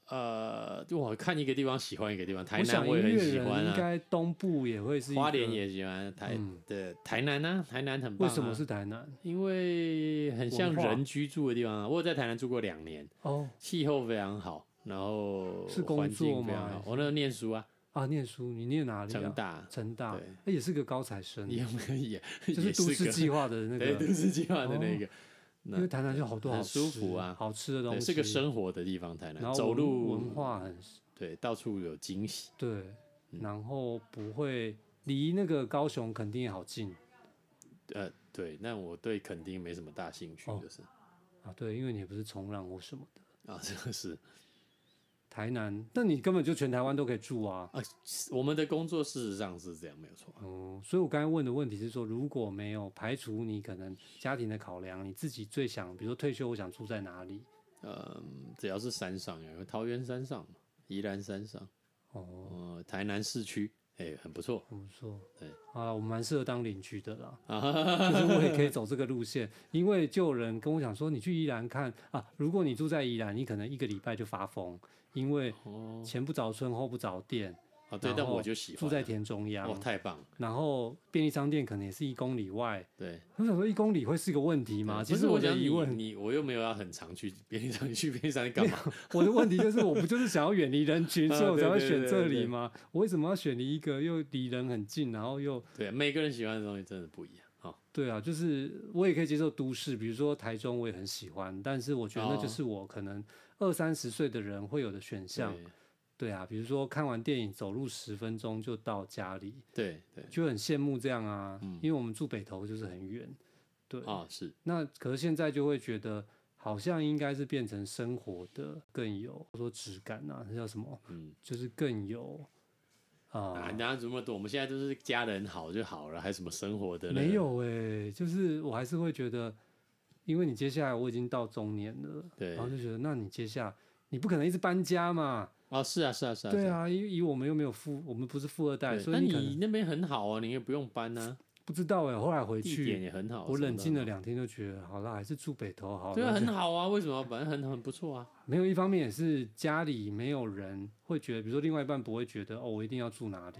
Speaker 1: 呃，就我看一个地方喜欢一个地方，台
Speaker 2: 我
Speaker 1: 南
Speaker 2: 想
Speaker 1: 我
Speaker 2: 音
Speaker 1: 也很
Speaker 2: 乐
Speaker 1: 喜欢
Speaker 2: 人应
Speaker 1: 啊，
Speaker 2: 该东部也会是一
Speaker 1: 花
Speaker 2: 个
Speaker 1: 莲。也喜欢，台
Speaker 2: 嗯
Speaker 1: 的台南啊，台南很棒、啊。
Speaker 2: 为什么？是台南？
Speaker 1: 因为很像
Speaker 2: 文化
Speaker 1: 人居住的地方啊。我有在台南住过两年，
Speaker 2: 哦
Speaker 1: 气候非常好，然后
Speaker 2: 是工
Speaker 1: 环境
Speaker 2: 作
Speaker 1: 非常
Speaker 2: 吗
Speaker 1: 好。我那时候念书啊，
Speaker 2: 啊，念书，你念哪里、啊？
Speaker 1: 成，大
Speaker 2: 成大
Speaker 1: 对，
Speaker 2: 那也是个高材生，
Speaker 1: 也也
Speaker 2: 就
Speaker 1: 也
Speaker 2: 是都 市
Speaker 1: 个
Speaker 2: 计划的那
Speaker 1: 对
Speaker 2: 个，
Speaker 1: 都市计划的那个，
Speaker 2: 因为台南就好多好
Speaker 1: 很
Speaker 2: 吃
Speaker 1: 舒服啊
Speaker 2: 好吃的东
Speaker 1: 对，
Speaker 2: 西，
Speaker 1: 是个生活的地方。台
Speaker 2: 然后
Speaker 1: 南走
Speaker 2: 文
Speaker 1: 路
Speaker 2: 文化很
Speaker 1: 对，到处有惊喜。
Speaker 2: 对，
Speaker 1: 嗯
Speaker 2: 然后不会离那个高雄肯定也好近
Speaker 1: 呃，对，那我对垦丁没什么大兴趣，
Speaker 2: 哦
Speaker 1: 就是
Speaker 2: 啊，对，因为你也不是冲浪或什么的。
Speaker 1: 啊， 这个是
Speaker 2: 台南，那你根本就全台湾都可以住啊。
Speaker 1: 我们的工作，事实上是这样，没有错。
Speaker 2: 哦、所以我刚才问的问题是说，如果没有排除你可能家庭的考量，你自己最想，比如说退休，我想住在哪里？
Speaker 1: 嗯，只要是山上，有桃园山上嘛、宜兰山上，
Speaker 2: 哦，
Speaker 1: 呃，台南市区，哎、很不错
Speaker 2: 我们说，
Speaker 1: 对，
Speaker 2: 啊，我们蛮适合当邻居的 啦，
Speaker 1: 啊。
Speaker 2: 就是我也可以走这个路线，因为就有人跟我讲说，你去宜兰看啊，如果你住在宜兰，你可能一个礼拜就发疯，因为
Speaker 1: 哦，
Speaker 2: 前不着村后不着店，
Speaker 1: 啊，对，
Speaker 2: 然
Speaker 1: 但
Speaker 2: 后
Speaker 1: 我就喜欢
Speaker 2: 住在
Speaker 1: 啊
Speaker 2: 田中央
Speaker 1: 哇，，太棒了，
Speaker 2: 然后便利商店可能也是一公里外。
Speaker 1: 对。
Speaker 2: 我想说一公里会是一个问题吗？
Speaker 1: 对
Speaker 2: 其
Speaker 1: 不
Speaker 2: 实
Speaker 1: 是我
Speaker 2: 的
Speaker 1: 想
Speaker 2: 疑
Speaker 1: 你
Speaker 2: 问，
Speaker 1: 你我又没有要很常去便利商店，去便利商店干嘛？
Speaker 2: 我的问题就是我不就是想要远离 人群，
Speaker 1: 啊
Speaker 2: 所以我才会
Speaker 1: 对对
Speaker 2: 选
Speaker 1: 对
Speaker 2: 这
Speaker 1: 对
Speaker 2: 里
Speaker 1: 对
Speaker 2: 吗？我为什么要选离一个又离人很近，然后又
Speaker 1: 对，每个人喜欢的东西真的不一样。好，
Speaker 2: 对啊，就是我也可以接受都市，比如说台中我也很喜欢，但是我觉得那就
Speaker 1: 哦
Speaker 2: 是我可能二三十岁的人会有的选项。
Speaker 1: 对
Speaker 2: 对啊，比如说看完电影走路十分钟就到家里，
Speaker 1: 对对，
Speaker 2: 就很羡慕这样啊，
Speaker 1: 嗯
Speaker 2: 因为我们住北投就是很远。对
Speaker 1: 啊、是
Speaker 2: 那可是现在就会觉得，好像应该是变成生活的更有说质感啊，那叫什么？
Speaker 1: 嗯
Speaker 2: 就是更有
Speaker 1: 啊，
Speaker 2: 啊，
Speaker 1: 哪有这么多？我们现在都是家人好就好了，还什么生活的呢
Speaker 2: 没有哎、就是我还是会觉得，因为你接下来我已经到中年了，
Speaker 1: 对
Speaker 2: 然后就觉得，那你接下来你不可能一直搬家嘛，
Speaker 1: 哦，是啊是啊是啊，
Speaker 2: 对
Speaker 1: 是啊，
Speaker 2: 啊，因以我们又没有富，我们不是富二代，
Speaker 1: 对
Speaker 2: 所
Speaker 1: 那
Speaker 2: 以你可
Speaker 1: 你
Speaker 2: 能
Speaker 1: 那边很好啊，你也不用搬啊，
Speaker 2: 不知道哎、后来回
Speaker 1: 地点
Speaker 2: 去，
Speaker 1: 也很好啊，
Speaker 2: 我
Speaker 1: 什么
Speaker 2: 冷
Speaker 1: 的
Speaker 2: 静了两天，就觉得好啦，还是住北投好了，
Speaker 1: 对啊，
Speaker 2: 就
Speaker 1: 很好啊，为什么？反正很很不错啊。
Speaker 2: 没有，一方面也是家里没有人会觉得，比如说另外一半不会觉得哦，我一定要住哪里，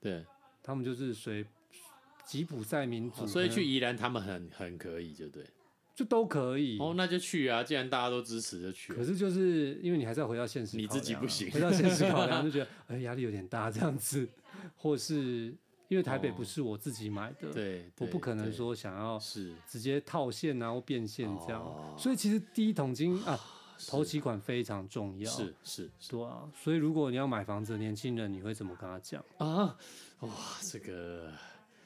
Speaker 1: 对，
Speaker 2: 他们就是随吉普赛民族，
Speaker 1: 哦所以去宜兰他们很很可以，就对。
Speaker 2: 就都可以。
Speaker 1: 哦，那就去啊，既然大家都支持，就去啊、
Speaker 2: 可是就是因为你还是要回到现实考
Speaker 1: 你
Speaker 2: 量
Speaker 1: 自
Speaker 2: 啊，
Speaker 1: 己不行
Speaker 2: 回到现实 考量就觉得哎压力有点大这样子，或是因为台北不
Speaker 1: 哦
Speaker 2: 是我自己买
Speaker 1: 对，
Speaker 2: 的，我
Speaker 1: 对
Speaker 2: 嗯不可能
Speaker 1: 对
Speaker 2: 说想要
Speaker 1: 是
Speaker 2: 直接套现啊或变现这样，
Speaker 1: 哦
Speaker 2: 所以其实第一桶金啊
Speaker 1: 是
Speaker 2: 投期款非常重要，
Speaker 1: 是是是
Speaker 2: 对啊，所以如果你要买房子的年轻人，你会怎么跟他讲？
Speaker 1: 啊，哇，这个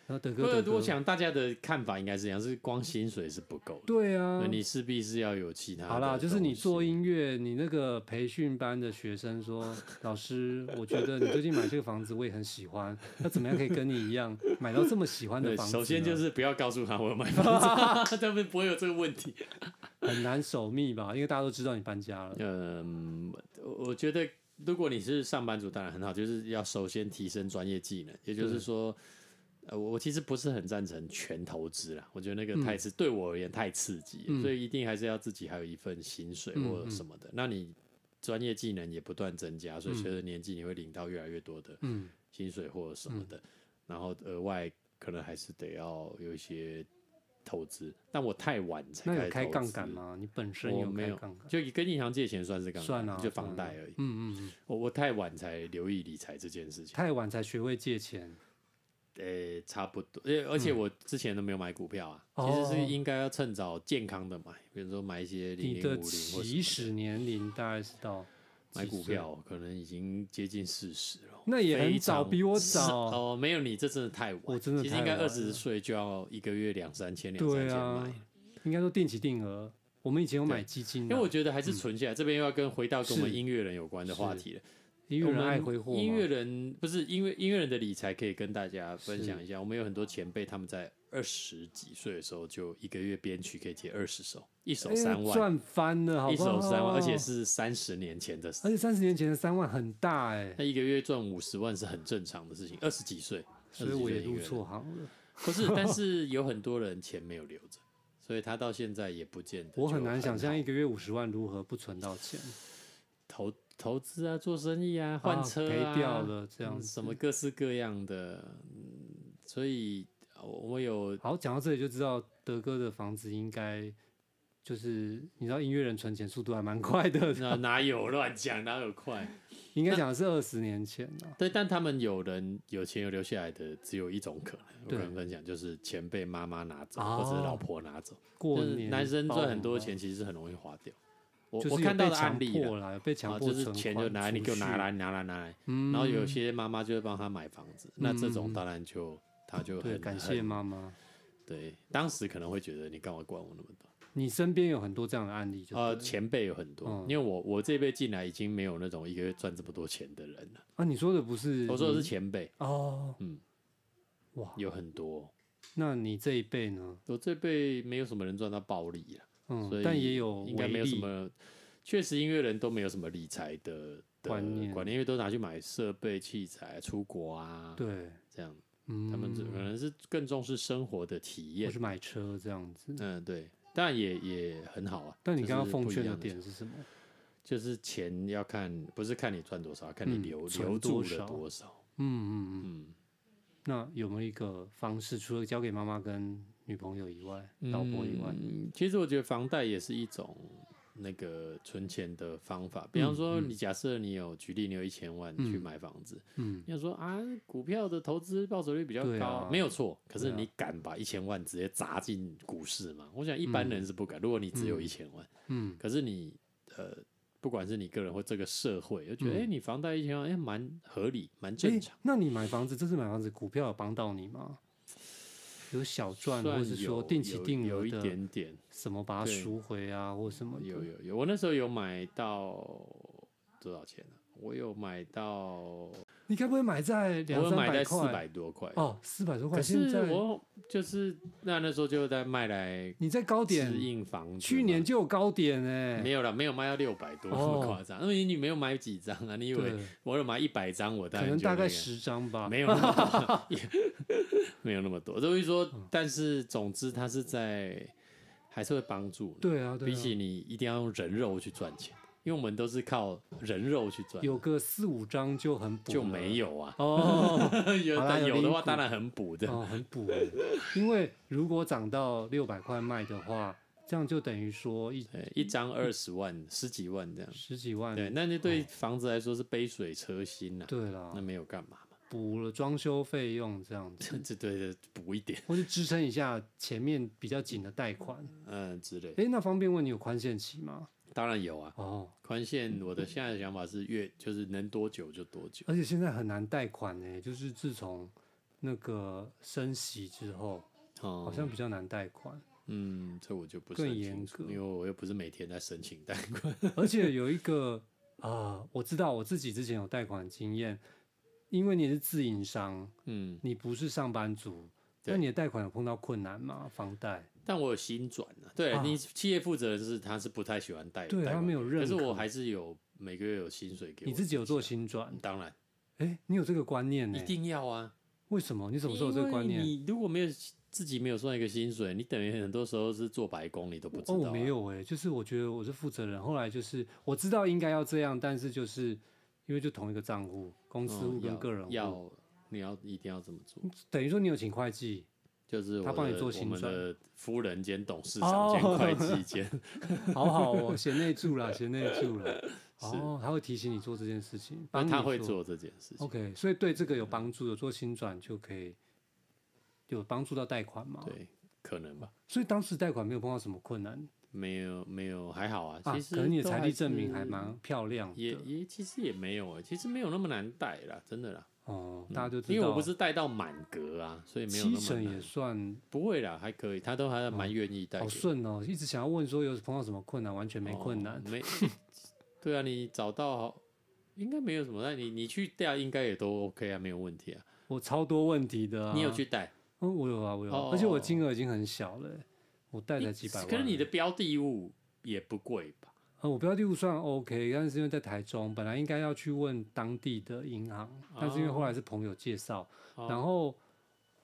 Speaker 2: 然后德
Speaker 1: 不
Speaker 2: 哥，
Speaker 1: 过
Speaker 2: 德哥，
Speaker 1: 我想大家的看法应该是这样，是光薪水是不够的，
Speaker 2: 对啊
Speaker 1: 那，你势必是要有其他的。
Speaker 2: 好啦，就是你做。音乐，你那个培训班的学生说，老师，我觉得你最近买这个房子我也很喜欢，那怎么样可以跟你一样买到这么喜欢的
Speaker 1: 对，
Speaker 2: 房子呢？啊
Speaker 1: 首先就是不要告诉他我有买房 子，他们不会有这个问题。
Speaker 2: 很难守密吧，因为大家都知道你搬家了。
Speaker 1: 嗯，我我觉得如果你是上班族，当然很好，就是要首先提升专业技能，也就是说，呃，我我其实不是很赞成全投资啦，我觉得那个太刺，对我而言太刺激了，
Speaker 2: 嗯
Speaker 1: 所以一定还是要自己还有一份薪水
Speaker 2: 嗯
Speaker 1: 或什么的。那你专业技能也不断增加，所以随着年纪你会领到越来越多的
Speaker 2: 嗯，
Speaker 1: 薪水或什么的，然后额外可能还是得要有一些。投资，但我太晚才
Speaker 2: 那
Speaker 1: 开
Speaker 2: 有
Speaker 1: 始
Speaker 2: 开
Speaker 1: 投
Speaker 2: 杠
Speaker 1: 资
Speaker 2: 杆？吗？你本身
Speaker 1: 我
Speaker 2: 有
Speaker 1: 没
Speaker 2: 开
Speaker 1: 有
Speaker 2: 杠杆？
Speaker 1: 就跟银行借钱算是杠杆，
Speaker 2: 算啊
Speaker 1: 就
Speaker 2: 算
Speaker 1: 房
Speaker 2: 啊
Speaker 1: 贷而已。
Speaker 2: 嗯嗯嗯，
Speaker 1: 我我太晚才留意理财这件事情，
Speaker 2: 太晚才学会借钱，嗯
Speaker 1: 呃、差不多。而而且我之前都没有买股票啊，其实
Speaker 2: 哦
Speaker 1: 是应该要趁早健康的买，比如说买一些零
Speaker 2: 你
Speaker 1: 零五
Speaker 2: 的
Speaker 1: 零或
Speaker 2: 起始年龄大概是到
Speaker 1: 买
Speaker 2: 几
Speaker 1: 股
Speaker 2: 岁，
Speaker 1: 票，可能已经接近四十了。
Speaker 2: 那也很
Speaker 1: 非
Speaker 2: 早，
Speaker 1: 常
Speaker 2: 比我
Speaker 1: 是
Speaker 2: 早。
Speaker 1: 哦，没有你这真的太晚，
Speaker 2: 我真的
Speaker 1: 其实
Speaker 2: 太
Speaker 1: 应该
Speaker 2: 晚
Speaker 1: 二十
Speaker 2: 了
Speaker 1: 岁就要一个月两三千、两三
Speaker 2: 对
Speaker 1: 千买
Speaker 2: 啊，应该说定期定额。我们以前有
Speaker 1: 对
Speaker 2: 买基金啊，
Speaker 1: 因为我觉得还是存起来，这边又要跟回到跟我们
Speaker 2: 嗯是
Speaker 1: 音乐人有关的话
Speaker 2: 是
Speaker 1: 题了。
Speaker 2: 音乐
Speaker 1: 我
Speaker 2: 人
Speaker 1: 们
Speaker 2: 爱挥霍嘛，
Speaker 1: 音乐人不是音乐音乐人的理财可以跟大家分
Speaker 2: 是
Speaker 1: 享一下。我们有很多前辈，他们在二十几岁的时候就一个月编曲可以接二十首，一首
Speaker 2: 哎
Speaker 1: 三万，
Speaker 2: 赚翻了，好不
Speaker 1: 一首三万，而且
Speaker 2: 好
Speaker 1: 是三十年前的事。
Speaker 2: 而且三十年前的三万很大哎、
Speaker 1: 那一个月赚五十万是很正常的事情，二十几岁，
Speaker 2: 所
Speaker 1: 20
Speaker 2: 以
Speaker 1: 几
Speaker 2: 我
Speaker 1: 岁
Speaker 2: 也
Speaker 1: 的音
Speaker 2: 入
Speaker 1: 乐人
Speaker 2: 错行了。
Speaker 1: 不是，但是有很多人钱没有留着， 所以他到现在也不见得就好。
Speaker 2: 我很难想象一
Speaker 1: 个
Speaker 2: 个月五十万如何不存到钱，
Speaker 1: 投投资啊、做生意啊、换车、
Speaker 2: 赔
Speaker 1: 啊、
Speaker 2: 掉了这
Speaker 1: 这
Speaker 2: 样
Speaker 1: 样
Speaker 2: 子。
Speaker 1: 什么各式各样的，嗯、所以呃我有
Speaker 2: 好，讲到这里就知道德哥的房子应该就是你知道音乐人存钱速度还蛮 快的，
Speaker 1: 那哪有乱讲，哪有快？
Speaker 2: 应该讲的是二十年前啊。
Speaker 1: 对，但他们有人有钱有留下来的，只有一种可能，我
Speaker 2: 对
Speaker 1: 可能分享就是钱被妈妈拿走，
Speaker 2: 哦
Speaker 1: 或者是老婆拿走。
Speaker 2: 过
Speaker 1: 就是
Speaker 2: 年
Speaker 1: 男生
Speaker 2: 包
Speaker 1: 赚很
Speaker 2: 红
Speaker 1: 多
Speaker 2: 包，
Speaker 1: 钱，其实是很容易花掉。我
Speaker 2: 就是
Speaker 1: 我
Speaker 2: 有
Speaker 1: 看到
Speaker 2: 被
Speaker 1: 的
Speaker 2: 强
Speaker 1: 案例
Speaker 2: 迫
Speaker 1: 啦
Speaker 2: 啦，有被强
Speaker 1: 啊，
Speaker 2: 迫
Speaker 1: 就
Speaker 2: 存
Speaker 1: 是
Speaker 2: 款、
Speaker 1: 钱就拿来，你给我拿来，，拿来，拿来。
Speaker 2: 嗯，
Speaker 1: 然后有些妈妈就会帮他买房子，那这种当然就他就
Speaker 2: 对
Speaker 1: 很
Speaker 2: 感谢
Speaker 1: 很
Speaker 2: 妈妈。
Speaker 1: 对，当时可能会觉得你干嘛管我那么多？
Speaker 2: 你身边有很多这样的案例就对了，
Speaker 1: 呃，前辈有很多，
Speaker 2: 嗯
Speaker 1: 因为我我这辈进来已经没有那种一个月赚这么多钱的人了。
Speaker 2: 啊，你说的不是
Speaker 1: 我说的
Speaker 2: 你
Speaker 1: 是前辈，
Speaker 2: 哦，
Speaker 1: 嗯，
Speaker 2: 哇，
Speaker 1: 有很多，
Speaker 2: 那你这一辈呢？
Speaker 1: 我这辈没有什么人赚到暴利了，所
Speaker 2: 嗯，
Speaker 1: 以
Speaker 2: 但也有
Speaker 1: 应该
Speaker 2: 微
Speaker 1: 没有什
Speaker 2: 利
Speaker 1: 么，确实音乐人都没有什么理财的。的
Speaker 2: 观念
Speaker 1: 观念，因为都拿去买设备、器材、出国啊，
Speaker 2: 对，
Speaker 1: 这样，
Speaker 2: 嗯，
Speaker 1: 他们可能是更重视生活的体验
Speaker 2: 或。是买车这样子。
Speaker 1: 嗯，对，当然也也很好啊。
Speaker 2: 但你
Speaker 1: 就
Speaker 2: 刚刚
Speaker 1: 是
Speaker 2: 奉
Speaker 1: 不一
Speaker 2: 劝的
Speaker 1: 样的
Speaker 2: 点是什么？
Speaker 1: 就是钱要看，不是看你赚多少，要看你
Speaker 2: 嗯
Speaker 1: 留、
Speaker 2: 存
Speaker 1: 留住
Speaker 2: 多
Speaker 1: 了
Speaker 2: 少
Speaker 1: 多少。
Speaker 2: 嗯嗯嗯。
Speaker 1: 嗯，
Speaker 2: 那有没有一个方式，除了交给妈妈跟女朋友以外，老婆以外，
Speaker 1: 嗯其实我觉得房贷也是一种那个存钱的方法。比方
Speaker 2: 嗯
Speaker 1: 说，
Speaker 2: 嗯
Speaker 1: 你假设你有举例，你有一千万
Speaker 2: 嗯
Speaker 1: 去买房子，
Speaker 2: 嗯，
Speaker 1: 你要说啊，股票的投资报酬率比较
Speaker 2: 对
Speaker 1: 高，
Speaker 2: 啊
Speaker 1: 没有错。可是
Speaker 2: 对啊
Speaker 1: 你敢把一千万直接砸进股市吗？我想一般人是不敢。如果你只有
Speaker 2: 嗯
Speaker 1: 一千万。
Speaker 2: 嗯，
Speaker 1: 可是你呃，不管是你个人或这个社会，就觉得哎、
Speaker 2: 嗯
Speaker 1: 诶你房贷一千万，哎、蛮合理，蛮正
Speaker 2: 诶
Speaker 1: 常。
Speaker 2: 那你买房子，这次买房子，股票有帮到你吗？有小赚，或
Speaker 1: 算
Speaker 2: 是说
Speaker 1: 有
Speaker 2: 定期
Speaker 1: 有
Speaker 2: 定
Speaker 1: 有
Speaker 2: 额
Speaker 1: 一
Speaker 2: 的
Speaker 1: 点点，
Speaker 2: 什么把它
Speaker 1: 对
Speaker 2: 赎回啊，或什么的
Speaker 1: 哦有有有。我那时候有买到多少钱呢、啊我有买到，
Speaker 2: 你该不会买在两
Speaker 1: 我有
Speaker 2: 三
Speaker 1: 买
Speaker 2: 百
Speaker 1: 在四
Speaker 2: 块？
Speaker 1: 百多块。
Speaker 2: 哦，四百多块。
Speaker 1: 可
Speaker 2: 现
Speaker 1: 是
Speaker 2: 在
Speaker 1: 我就是那那时候就在卖来
Speaker 2: 你在高
Speaker 1: 适
Speaker 2: 点，
Speaker 1: 应房子嘛，
Speaker 2: 去年就有高点哎、
Speaker 1: 没有了，没有卖到六百多，那么
Speaker 2: 哦
Speaker 1: 夸张。因为你没有买几张啊，你以为
Speaker 2: 对，
Speaker 1: 我有买一百张，我当
Speaker 2: 可
Speaker 1: 然
Speaker 2: 能
Speaker 1: 就
Speaker 2: 大概
Speaker 1: 那个啊
Speaker 2: 十张吧。
Speaker 1: 没有那么多， 也没有那么多。所以说，
Speaker 2: 嗯
Speaker 1: 但是总之，它是在还是会帮助你，
Speaker 2: 对啊，对啊
Speaker 1: 比起你一定要用人肉去赚钱，因为我们都是靠人肉去赚，
Speaker 2: 有个四五张就很补，
Speaker 1: 就没。有啊。
Speaker 2: 哦
Speaker 1: 有
Speaker 2: 好啦
Speaker 1: 但
Speaker 2: 有
Speaker 1: 有的
Speaker 2: 零
Speaker 1: 话，
Speaker 2: 股
Speaker 1: 当然很补的。
Speaker 2: 哦，很补欸，因为如果涨到六百块卖的话，这样就等于说一
Speaker 1: 对，一张二十万、十几万这样。
Speaker 2: 十几万。
Speaker 1: 嗯对，那就对房子来说是杯水车薪呐、
Speaker 2: 嗯哦对啦
Speaker 1: 那，没有干嘛 嘛，
Speaker 2: 补了装修费用这样
Speaker 1: 这这
Speaker 2: 子，
Speaker 1: 对的补一点，
Speaker 2: 或是支撑一下前面比较紧的贷款。
Speaker 1: 嗯之类。
Speaker 2: 哎，那方便问你有宽限期吗？
Speaker 1: 当然有啊，
Speaker 2: 哦，
Speaker 1: 宽限我的现在的想法是越就是能多久就多久。
Speaker 2: 而且现在很难贷款呢、就是自从那个升息之后，
Speaker 1: 哦、
Speaker 2: 好像比较难贷款。
Speaker 1: 嗯，这我就不是
Speaker 2: 更
Speaker 1: 很
Speaker 2: 严
Speaker 1: 清楚因
Speaker 2: 格
Speaker 1: 为我又不是每天在申请贷款。
Speaker 2: 而且有一个啊、我知道我自己之前有贷款经验，因为你是自营商，
Speaker 1: 嗯，
Speaker 2: 你不是上班族，
Speaker 1: 对
Speaker 2: 那你的贷款有碰到困难吗？房贷？
Speaker 1: 但我有新转啊。对
Speaker 2: 啊
Speaker 1: 你企业负责人是他是不太喜欢贷，
Speaker 2: 对
Speaker 1: 哎贷
Speaker 2: 他
Speaker 1: 款
Speaker 2: 没有
Speaker 1: 给我
Speaker 2: 认
Speaker 1: 可是我
Speaker 2: 可
Speaker 1: 还是有每个月有薪水给我。
Speaker 2: 你自己有做新转？
Speaker 1: 当然
Speaker 2: 哎、你有这个观念呢、
Speaker 1: 一定要啊。
Speaker 2: 为什么？你
Speaker 1: 怎
Speaker 2: 怎么说有这个观念？
Speaker 1: 你如果没有自己没有算一个薪水，你等于很多时候是做白工，你都不知道、
Speaker 2: 哦，
Speaker 1: 啊。
Speaker 2: 我没有哎、就是我觉得我是负责人。后来就是我知道应该要这样，但是就是因为就同一个账户，公
Speaker 1: 嗯，
Speaker 2: 司户跟
Speaker 1: 要
Speaker 2: 个人户，
Speaker 1: 要你要一定要这么做。
Speaker 2: 等于说你有请会计，
Speaker 1: 就是我
Speaker 2: 他帮你
Speaker 1: 的
Speaker 2: 做哦
Speaker 1: 我
Speaker 2: 行
Speaker 1: 们
Speaker 2: 转
Speaker 1: 的夫人兼董事长兼会计兼，
Speaker 2: 好好 哦，贤内助啦，贤内助啦。哦，他会提醒你做这件事情，帮你
Speaker 1: 他会做这件事情。
Speaker 2: OK，所以对这个有帮助，有做新转就可以有帮助到贷款嘛？。
Speaker 1: 对，可能吧，
Speaker 2: 所以当时贷款没有碰到什么困难
Speaker 1: 没有没有，还好啊。
Speaker 2: 啊，
Speaker 1: 其实
Speaker 2: 可能你的
Speaker 1: 都
Speaker 2: 财力证明
Speaker 1: 是
Speaker 2: 还蛮漂亮
Speaker 1: 也
Speaker 2: 的
Speaker 1: 也其实也没有哎、其实没有那么难贷啦，真的啦。
Speaker 2: 哦，大家就知道。
Speaker 1: 因为我不是贷到满格啊，所以没有
Speaker 2: 七
Speaker 1: 那么
Speaker 2: 成也
Speaker 1: 难。
Speaker 2: 算
Speaker 1: 不会啦，还可以，他都还蛮愿意贷给
Speaker 2: 好
Speaker 1: 我。
Speaker 2: 顺哦，一直想要问说有碰到什么困难，完全没困难
Speaker 1: 哦。没。对啊，你找到应该没有什么，那你你去贷应该也都 OK 啊，没有问题啊。
Speaker 2: 我超多问题的、啊。
Speaker 1: 你有去贷？
Speaker 2: 嗯，我有啊，我有啊、
Speaker 1: 哦
Speaker 2: 而且我金额已经很小了欸、我贷才
Speaker 1: 你
Speaker 2: 几百万。
Speaker 1: 可是你的标的物也不贵吧？
Speaker 2: 呃，我标的物算 OK，但是因为在台中，本来应该要去问当地的银行，但是因为后来是朋友介绍，
Speaker 1: 哦
Speaker 2: 然后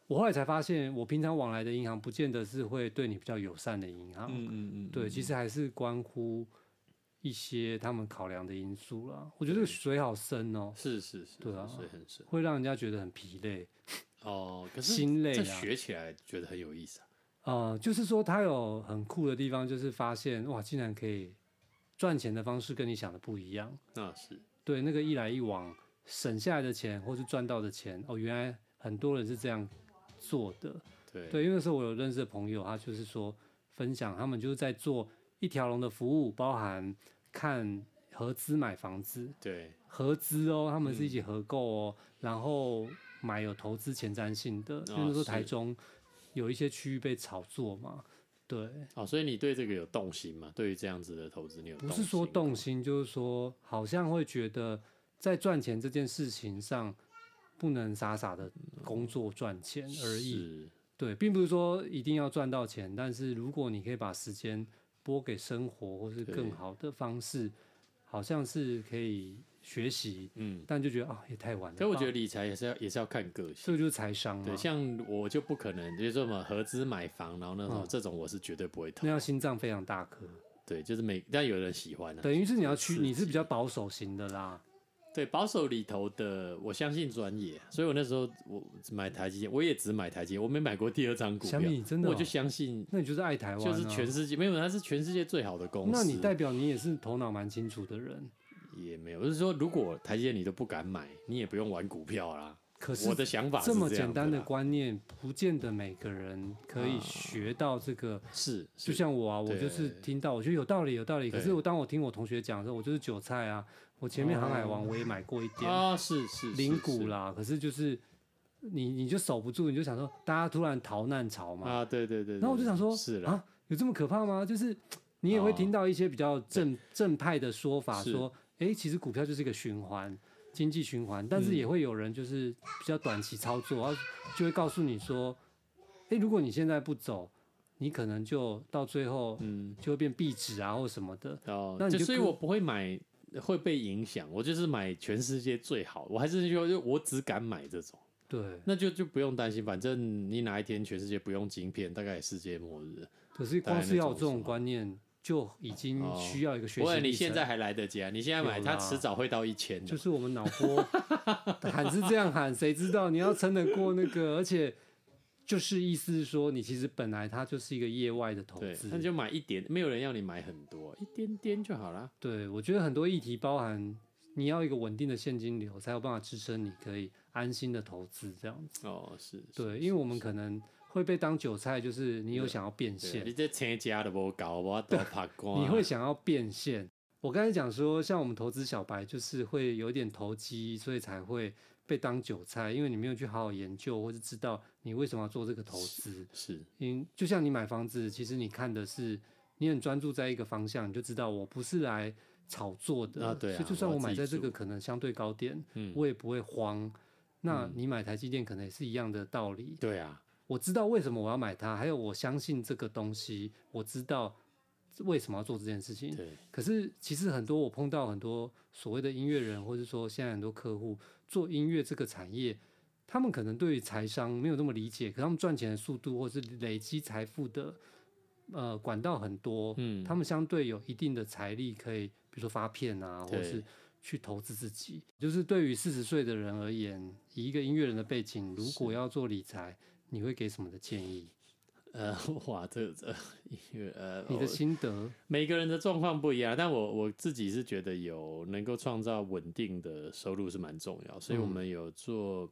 Speaker 2: 我后来才发现，我平常往来的银行不见得是会对你比较友善的银行，
Speaker 1: 嗯嗯嗯，
Speaker 2: 对，其实还是关乎一些他们考量的因素啦。我觉得这个水好深哦、
Speaker 1: 嗯是是是，
Speaker 2: 对啊
Speaker 1: 是水很深
Speaker 2: 会让人家觉得很疲累，
Speaker 1: 哦。可是
Speaker 2: 心累
Speaker 1: 这
Speaker 2: 啊。
Speaker 1: 学起来觉得很有意思啊。
Speaker 2: 呃，就是说它有很酷的地方，就是发现哇，竟然可以赚钱的方式跟你想的不一样。
Speaker 1: 那是
Speaker 2: 对，那个一来一往省下来的钱，或是赚到的钱，哦，原来很多人是这样做的。
Speaker 1: 对
Speaker 2: 对，因为那时候我有认识的朋友，他就是说分享，他们就是在做一条龙的服务，包含看合资买房子，
Speaker 1: 对
Speaker 2: 合资哦，他们
Speaker 1: 嗯
Speaker 2: 是一起合购哦，然后买有投资前瞻性的，因为那时候台
Speaker 1: 啊是
Speaker 2: 中有一些区域被炒作嘛，对，
Speaker 1: 哦，所以你对这个有动心嘛？对于这样子的投资，你有
Speaker 2: 不是
Speaker 1: 心
Speaker 2: 说
Speaker 1: 吗
Speaker 2: 动心，就是说好像会觉得在赚钱这件事情上不能傻傻的工作赚钱而已。
Speaker 1: 嗯是
Speaker 2: 对，并不是说一定要赚到钱，但是如果你可以把时间拨给生活或是
Speaker 1: 对
Speaker 2: 更好的方式，好像是可以学习，
Speaker 1: 嗯，
Speaker 2: 但就觉得啊也太晚了吧。
Speaker 1: 可我觉得理财也是要也是要看个性。
Speaker 2: 这个就是财商嘛
Speaker 1: 对，，像我就不可能，就是说嘛，合资买房，然后那种、
Speaker 2: 嗯
Speaker 1: 这种我是绝对不会投
Speaker 2: 那。要心脏非常大颗，
Speaker 1: 对，就是每但有人喜欢啊。
Speaker 2: 等于是你要去
Speaker 1: 刺
Speaker 2: 你是比较保守型的啦。
Speaker 1: 对保守里头的，我相信专业，所以我那时候我买台积电，我也只买台积电，我没买过第二张股
Speaker 2: 小
Speaker 1: 票。
Speaker 2: 米真的哦、
Speaker 1: 我就相信，
Speaker 2: 那你就是爱台湾、啊，
Speaker 1: 就是全世界没有，它是全世界最好的公司。
Speaker 2: 那你代表你也是头脑蛮清楚的人，
Speaker 1: 也没有，就是说，如果台积电你都不敢买，你也不用玩股票啦。
Speaker 2: 可是
Speaker 1: 我的想法是
Speaker 2: 这
Speaker 1: 样
Speaker 2: 么简单
Speaker 1: 的
Speaker 2: 的
Speaker 1: 啦啊
Speaker 2: 观念，不见得每个人可以学到这个。
Speaker 1: 是，
Speaker 2: 就是像我啊，我就是
Speaker 1: 对
Speaker 2: 听到，我觉得有道理，有道理。可
Speaker 1: 对
Speaker 2: 是我当我听我同学讲的时候，我就是韭菜啊。我前面航海王我也买过一点
Speaker 1: 啊，是是
Speaker 2: 零
Speaker 1: 是
Speaker 2: 股
Speaker 1: 是
Speaker 2: 啦，可是就是你你就守不住，你就想说，大家突然逃难潮嘛，
Speaker 1: 啊，对对对。
Speaker 2: 然后我就
Speaker 1: 对
Speaker 2: 想说
Speaker 1: 是啦，
Speaker 2: 啊，有这么可怕吗？就是你也会
Speaker 1: 哦
Speaker 2: 听到一些比较正正派的说法，
Speaker 1: 是
Speaker 2: 说，哎，其实股票就是一个循环，经济循环，但是
Speaker 1: 嗯
Speaker 2: 也会有人就是比较短期操作，然后就会告诉你说，哎，如果你现在不走，你可能就到最后
Speaker 1: 嗯，
Speaker 2: 就会变壁纸啊或什么的。
Speaker 1: 哦，
Speaker 2: 那你
Speaker 1: 就
Speaker 2: 就
Speaker 1: 所以
Speaker 2: 跟
Speaker 1: 我不会买会被影响，我就是买全世界最好，我还是说就我只敢买这种，
Speaker 2: 对，
Speaker 1: 那就就不用担心，反正你哪一天全世界不用晶片，大概也世界末日，
Speaker 2: 可是
Speaker 1: 大概
Speaker 2: 光是
Speaker 1: 那
Speaker 2: 要有
Speaker 1: 种
Speaker 2: 这
Speaker 1: 是
Speaker 2: 种
Speaker 1: 吗
Speaker 2: 观念，就已经
Speaker 1: 哦
Speaker 2: 需要一个学
Speaker 1: 不
Speaker 2: 习历
Speaker 1: 然
Speaker 2: 程。
Speaker 1: 你现在还来得及啊，你现在买
Speaker 2: 有
Speaker 1: 它
Speaker 2: 啦
Speaker 1: 迟早会到一千的
Speaker 2: 就，是我们脑波喊是这样喊，谁知道你要撑得过那个？而且就是意思是说，你其实本来它就是一个业外的投
Speaker 1: 对
Speaker 2: 资，。
Speaker 1: 那就买一点，没有人要你买很多，一点点就好啦。
Speaker 2: 对我觉得很多议题包含你要一个稳定的现金流，才有办法支撑你可以安心的投资这样子。
Speaker 1: 哦，是，是
Speaker 2: 对，因为我们可能会被当韭菜，就是你有
Speaker 1: 对
Speaker 2: 想要变
Speaker 1: 对啊
Speaker 2: 现，
Speaker 1: 你这参加的不搞，我都怕光， 啊
Speaker 2: 你会想要变现。我刚才讲说，像我们投资小白，就是会有点投机，所以才会被当韭菜，因为你没有去好好研究，或是知道你为什么要做这个投资。
Speaker 1: 是
Speaker 2: 因就像你买房子，其实你看的是你很专注在一个方向，你就知道我不是来炒作的。
Speaker 1: 啊对啊
Speaker 2: 所以就算
Speaker 1: 我要
Speaker 2: 我
Speaker 1: 自
Speaker 2: 买
Speaker 1: 己
Speaker 2: 在这个
Speaker 1: 住
Speaker 2: 可能相对高点，
Speaker 1: 嗯
Speaker 2: 我也不会慌。那你买台积电可能也是一样的道理。
Speaker 1: 对啊，
Speaker 2: 我知道为什么我要买它，还有我相信这个东西，我知道为什么要做这件事情。
Speaker 1: 对，
Speaker 2: 可是其实很多我碰到很多所谓的音乐人，或者说现在很多客户做音乐这个产业，他们可能对于财商没有那么理解，可他们赚钱的速度或是累积财富的呃管道很多，
Speaker 1: 嗯，
Speaker 2: 他们相对有一定的财力，可以比如说发片啊，或
Speaker 1: 对
Speaker 2: 是去投资自己。就是对于四十岁的人而言，以一个音乐人的背景，如果要做理财，你会给什么的建议？
Speaker 1: 呃， 哇，这这因为呃，
Speaker 2: 你的
Speaker 1: 我
Speaker 2: 心得？
Speaker 1: 每个人的状况不一样，但我我自己是觉得有能够创造稳定的收入是蛮重要，所以我们有做，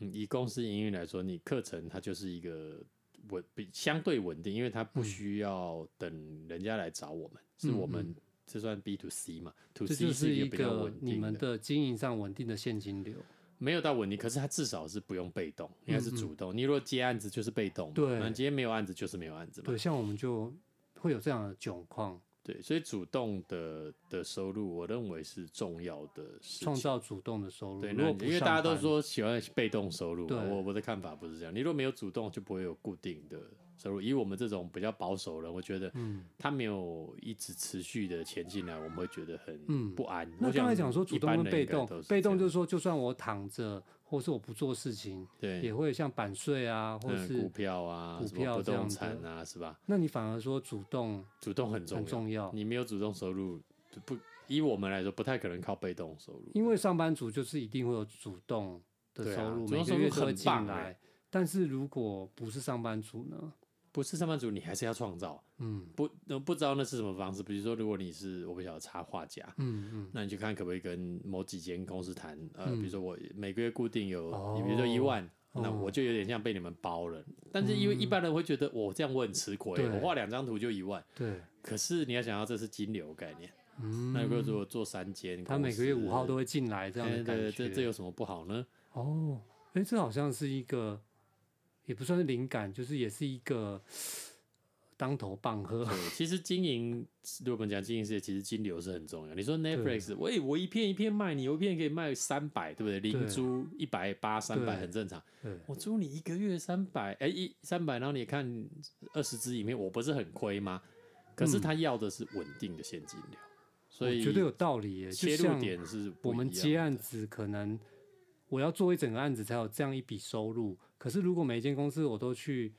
Speaker 1: 嗯，以公司营运来说，你课程它就是一个稳比相对稳定，因为它
Speaker 2: 嗯
Speaker 1: 不需要等人家来找我们，是我们这算 B to C 嘛，to
Speaker 2: 嗯这
Speaker 1: C
Speaker 2: 就是
Speaker 1: 一
Speaker 2: 一
Speaker 1: 比较
Speaker 2: 个
Speaker 1: 稳
Speaker 2: 你
Speaker 1: 定
Speaker 2: 们
Speaker 1: 的。
Speaker 2: 的经营上稳定的现金流。
Speaker 1: 没有到稳定，可是它至少是不用被动，应该是主动。你如果接案子就是被动嘛，
Speaker 2: 嗯对
Speaker 1: 那你今天没有案子就是没有案子嘛，
Speaker 2: 对，像我们就会有这样的窘况，
Speaker 1: 对，所以主动的的收入，我认为是重要的事
Speaker 2: 创
Speaker 1: 情。
Speaker 2: 造主动的收入。
Speaker 1: 对，
Speaker 2: 如
Speaker 1: 那
Speaker 2: 果
Speaker 1: 你
Speaker 2: 不
Speaker 1: 因为
Speaker 2: 上
Speaker 1: 大家都
Speaker 2: 班
Speaker 1: 说喜欢被动收入嘛，
Speaker 2: 对
Speaker 1: 我我的看法不是这样。你如果没有主动，就不会有固定的收入。以我们这种比较保守的人，我觉得，嗯，他没有一直持续的钱进来，我们会觉得很不安。
Speaker 2: 嗯那
Speaker 1: 我想
Speaker 2: 刚才讲说
Speaker 1: 一
Speaker 2: 主
Speaker 1: 般
Speaker 2: 动
Speaker 1: 人
Speaker 2: 跟被
Speaker 1: 应该
Speaker 2: 动
Speaker 1: 都是，
Speaker 2: 被动
Speaker 1: 这
Speaker 2: 就是
Speaker 1: 样
Speaker 2: 说，就算我躺着，或是我不做事情，
Speaker 1: 对，
Speaker 2: 也会像版税啊，或
Speaker 1: 嗯股
Speaker 2: 是
Speaker 1: 票啊，
Speaker 2: 股
Speaker 1: 什么
Speaker 2: 票
Speaker 1: 不
Speaker 2: 这样
Speaker 1: 动
Speaker 2: 的
Speaker 1: 产啊，是吧？
Speaker 2: 那你反而说主动
Speaker 1: 主动很重
Speaker 2: 很
Speaker 1: 要，
Speaker 2: 重要，
Speaker 1: 你没有主动收入，就不以我们来说，不太可能靠被动收入。
Speaker 2: 因为上班族就是一定会有主动的
Speaker 1: 对啊
Speaker 2: 收入，
Speaker 1: 主
Speaker 2: 每
Speaker 1: 动
Speaker 2: 个
Speaker 1: 收入
Speaker 2: 月都会
Speaker 1: 很
Speaker 2: 进
Speaker 1: 棒
Speaker 2: 来
Speaker 1: 欸。
Speaker 2: 但是如果不是上班族呢？
Speaker 1: 不是上班族，你还是要创造。
Speaker 2: 嗯
Speaker 1: 不，那不知道那是什么方式。比如说，如果你是我不晓得插画家，
Speaker 2: 嗯嗯，
Speaker 1: 那你去看可不可以跟某几间公司谈，呃，
Speaker 2: 嗯
Speaker 1: 比如说我每个月固定有，
Speaker 2: 哦
Speaker 1: 你比如说一万。那
Speaker 2: 哦嗯
Speaker 1: 我就有点像被你们包了，但是因为一般人会觉得我这样我很吃亏，
Speaker 2: 对
Speaker 1: 我画两张图就一万。
Speaker 2: 对，
Speaker 1: 可是你要想到这是金流概念，
Speaker 2: 嗯，
Speaker 1: 那如果如果做三间，
Speaker 2: 他每个月五号都会进来这
Speaker 1: 这
Speaker 2: 样的感
Speaker 1: 对，这这
Speaker 2: 觉。
Speaker 1: 有什么不好呢？
Speaker 2: 哦，哎，这好像是一个，也不算是灵感，就是也是一个呃当头棒 喝。
Speaker 1: 对，其实经营，如果我们讲经营事业，其实金流是很重要。你说 Netflix，喂，我一片一片卖你，有一片可以卖三百，对不对？零租一百八、三百
Speaker 2: 对
Speaker 1: 很正常。
Speaker 2: 对，
Speaker 1: 我租你一个月三百，哎，一三百，然后你看二十支影片，我不是很亏吗？可是他要的是稳定的现金流，所以
Speaker 2: 我觉得有道理耶。就
Speaker 1: 切入
Speaker 2: 像
Speaker 1: 点是不
Speaker 2: 我们
Speaker 1: 一样
Speaker 2: 接
Speaker 1: 的
Speaker 2: 案子，可能我要做一整个案子才有这样一笔收入。可是如果每一间公司我都去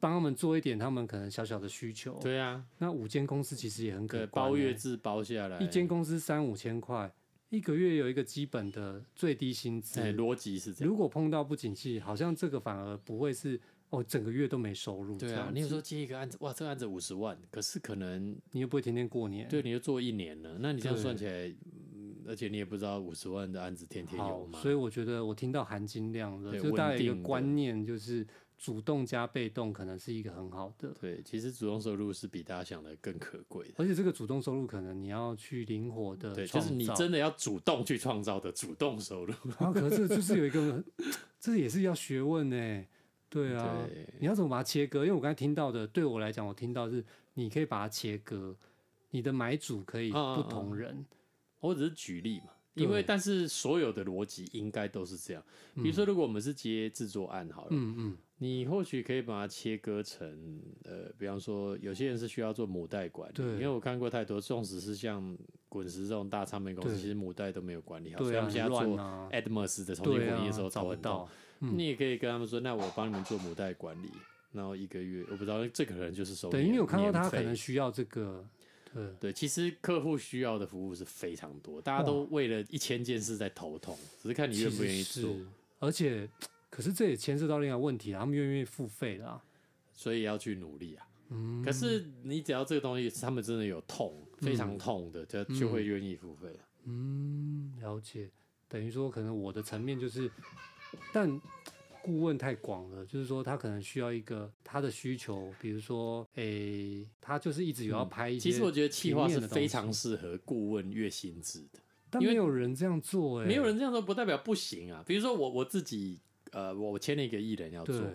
Speaker 2: 帮他们做一点他们可能小小的需求，
Speaker 1: 对啊，
Speaker 2: 那五间公司其实也很可
Speaker 1: 对，
Speaker 2: 观
Speaker 1: 包月
Speaker 2: 耶
Speaker 1: 制包下来，
Speaker 2: 啊一间公司三五千块，一个月有一个基本的最低薪资。
Speaker 1: 哎，逻辑是这样。
Speaker 2: 如果碰到不景气，好像这个反而不会是哦，整个月都没收入。
Speaker 1: 对
Speaker 2: 这
Speaker 1: 啊，
Speaker 2: 样
Speaker 1: 你有
Speaker 2: 子
Speaker 1: 时候接一个案子，哇，这个案子五十万，可是可能
Speaker 2: 你又不会天天过年，
Speaker 1: 对，你就做一年了，那你这样
Speaker 2: 对
Speaker 1: 算起来，嗯而且你也不知道五十万的案子天天有
Speaker 2: 好，
Speaker 1: 嘛，
Speaker 2: 所以我觉得我听到含金量了，
Speaker 1: 对
Speaker 2: 就大家
Speaker 1: 稳
Speaker 2: 有一个
Speaker 1: 定的
Speaker 2: 观念，就是主动加被动可能是一个很好的，
Speaker 1: 对，其实主动收入是比大家想的更可贵的。
Speaker 2: 而且这个主动收入可能你要去灵活的
Speaker 1: 对，就
Speaker 2: 呃创造。
Speaker 1: 是你 真的要主动去创造的主动收入。
Speaker 2: 啊，可是这就是有一个， 这也是要学问呢、对啊，
Speaker 1: 对
Speaker 2: 你要怎么把它切割？因为我刚才听到的，对我来讲，我听到是你可以把它切割，你的买主可以
Speaker 1: 啊啊
Speaker 2: 不
Speaker 1: 啊
Speaker 2: 同人，
Speaker 1: 我只是举例嘛，
Speaker 2: 对
Speaker 1: 因为但是所有的逻辑应该都是这样。比如说，如果我们是接制作案好了，
Speaker 2: 嗯嗯，
Speaker 1: 你或许可以把它切割成，呃，比方说有些人是需要做母带管理，
Speaker 2: 对
Speaker 1: 因为我看过太多，纵使是像滚石这种大唱片公司，
Speaker 2: 对
Speaker 1: 其实母带都没有管理好，所以
Speaker 2: 对
Speaker 1: 他
Speaker 2: 啊，
Speaker 1: 们
Speaker 2: 很
Speaker 1: 现在做哎
Speaker 2: 乱啊，
Speaker 1: Atmos 的重新
Speaker 2: 对
Speaker 1: 混音
Speaker 2: 啊
Speaker 1: 的时候，
Speaker 2: 找
Speaker 1: 头
Speaker 2: 不
Speaker 1: 很痛
Speaker 2: 到，，嗯
Speaker 1: 你也可以跟他们说，那我帮你们做母带管理，然后一个月，我不知道这可能就是收
Speaker 2: 对，因为
Speaker 1: 年
Speaker 2: 我看到
Speaker 1: 年
Speaker 2: 他
Speaker 1: 费
Speaker 2: 可能需要这个，呃对。
Speaker 1: 对，其实客户需要的服务是非常多，大家都为了一千件事在头痛，只是看你
Speaker 2: 其
Speaker 1: 愿不
Speaker 2: 实
Speaker 1: 愿意
Speaker 2: 是，
Speaker 1: 做，
Speaker 2: 而且，可是这也牵涉到另外一个问题啊，他们愿不愿意付费啦？嗯
Speaker 1: 所以要去努力啊。可是你只要这个东西，他们真的有痛，非常痛的，就就会愿意付费啊。
Speaker 2: 嗯，了解。等于说，可能我的层面就是，但顾问太广了，就是说他可能需要一个他的需求，比如说，诶、他就是一直有要
Speaker 1: 嗯
Speaker 2: 拍一些、
Speaker 1: 其实我觉得企划
Speaker 2: 平面
Speaker 1: 是
Speaker 2: 的
Speaker 1: 非
Speaker 2: 东
Speaker 1: 常
Speaker 2: 西
Speaker 1: 适合顾问月薪制的。
Speaker 2: 但
Speaker 1: 因为
Speaker 2: 没有人这样做、诶，
Speaker 1: 没有人这样做不代表不行啊。比如说我我自己，呃，我签了一个艺人要
Speaker 2: 对
Speaker 1: 做，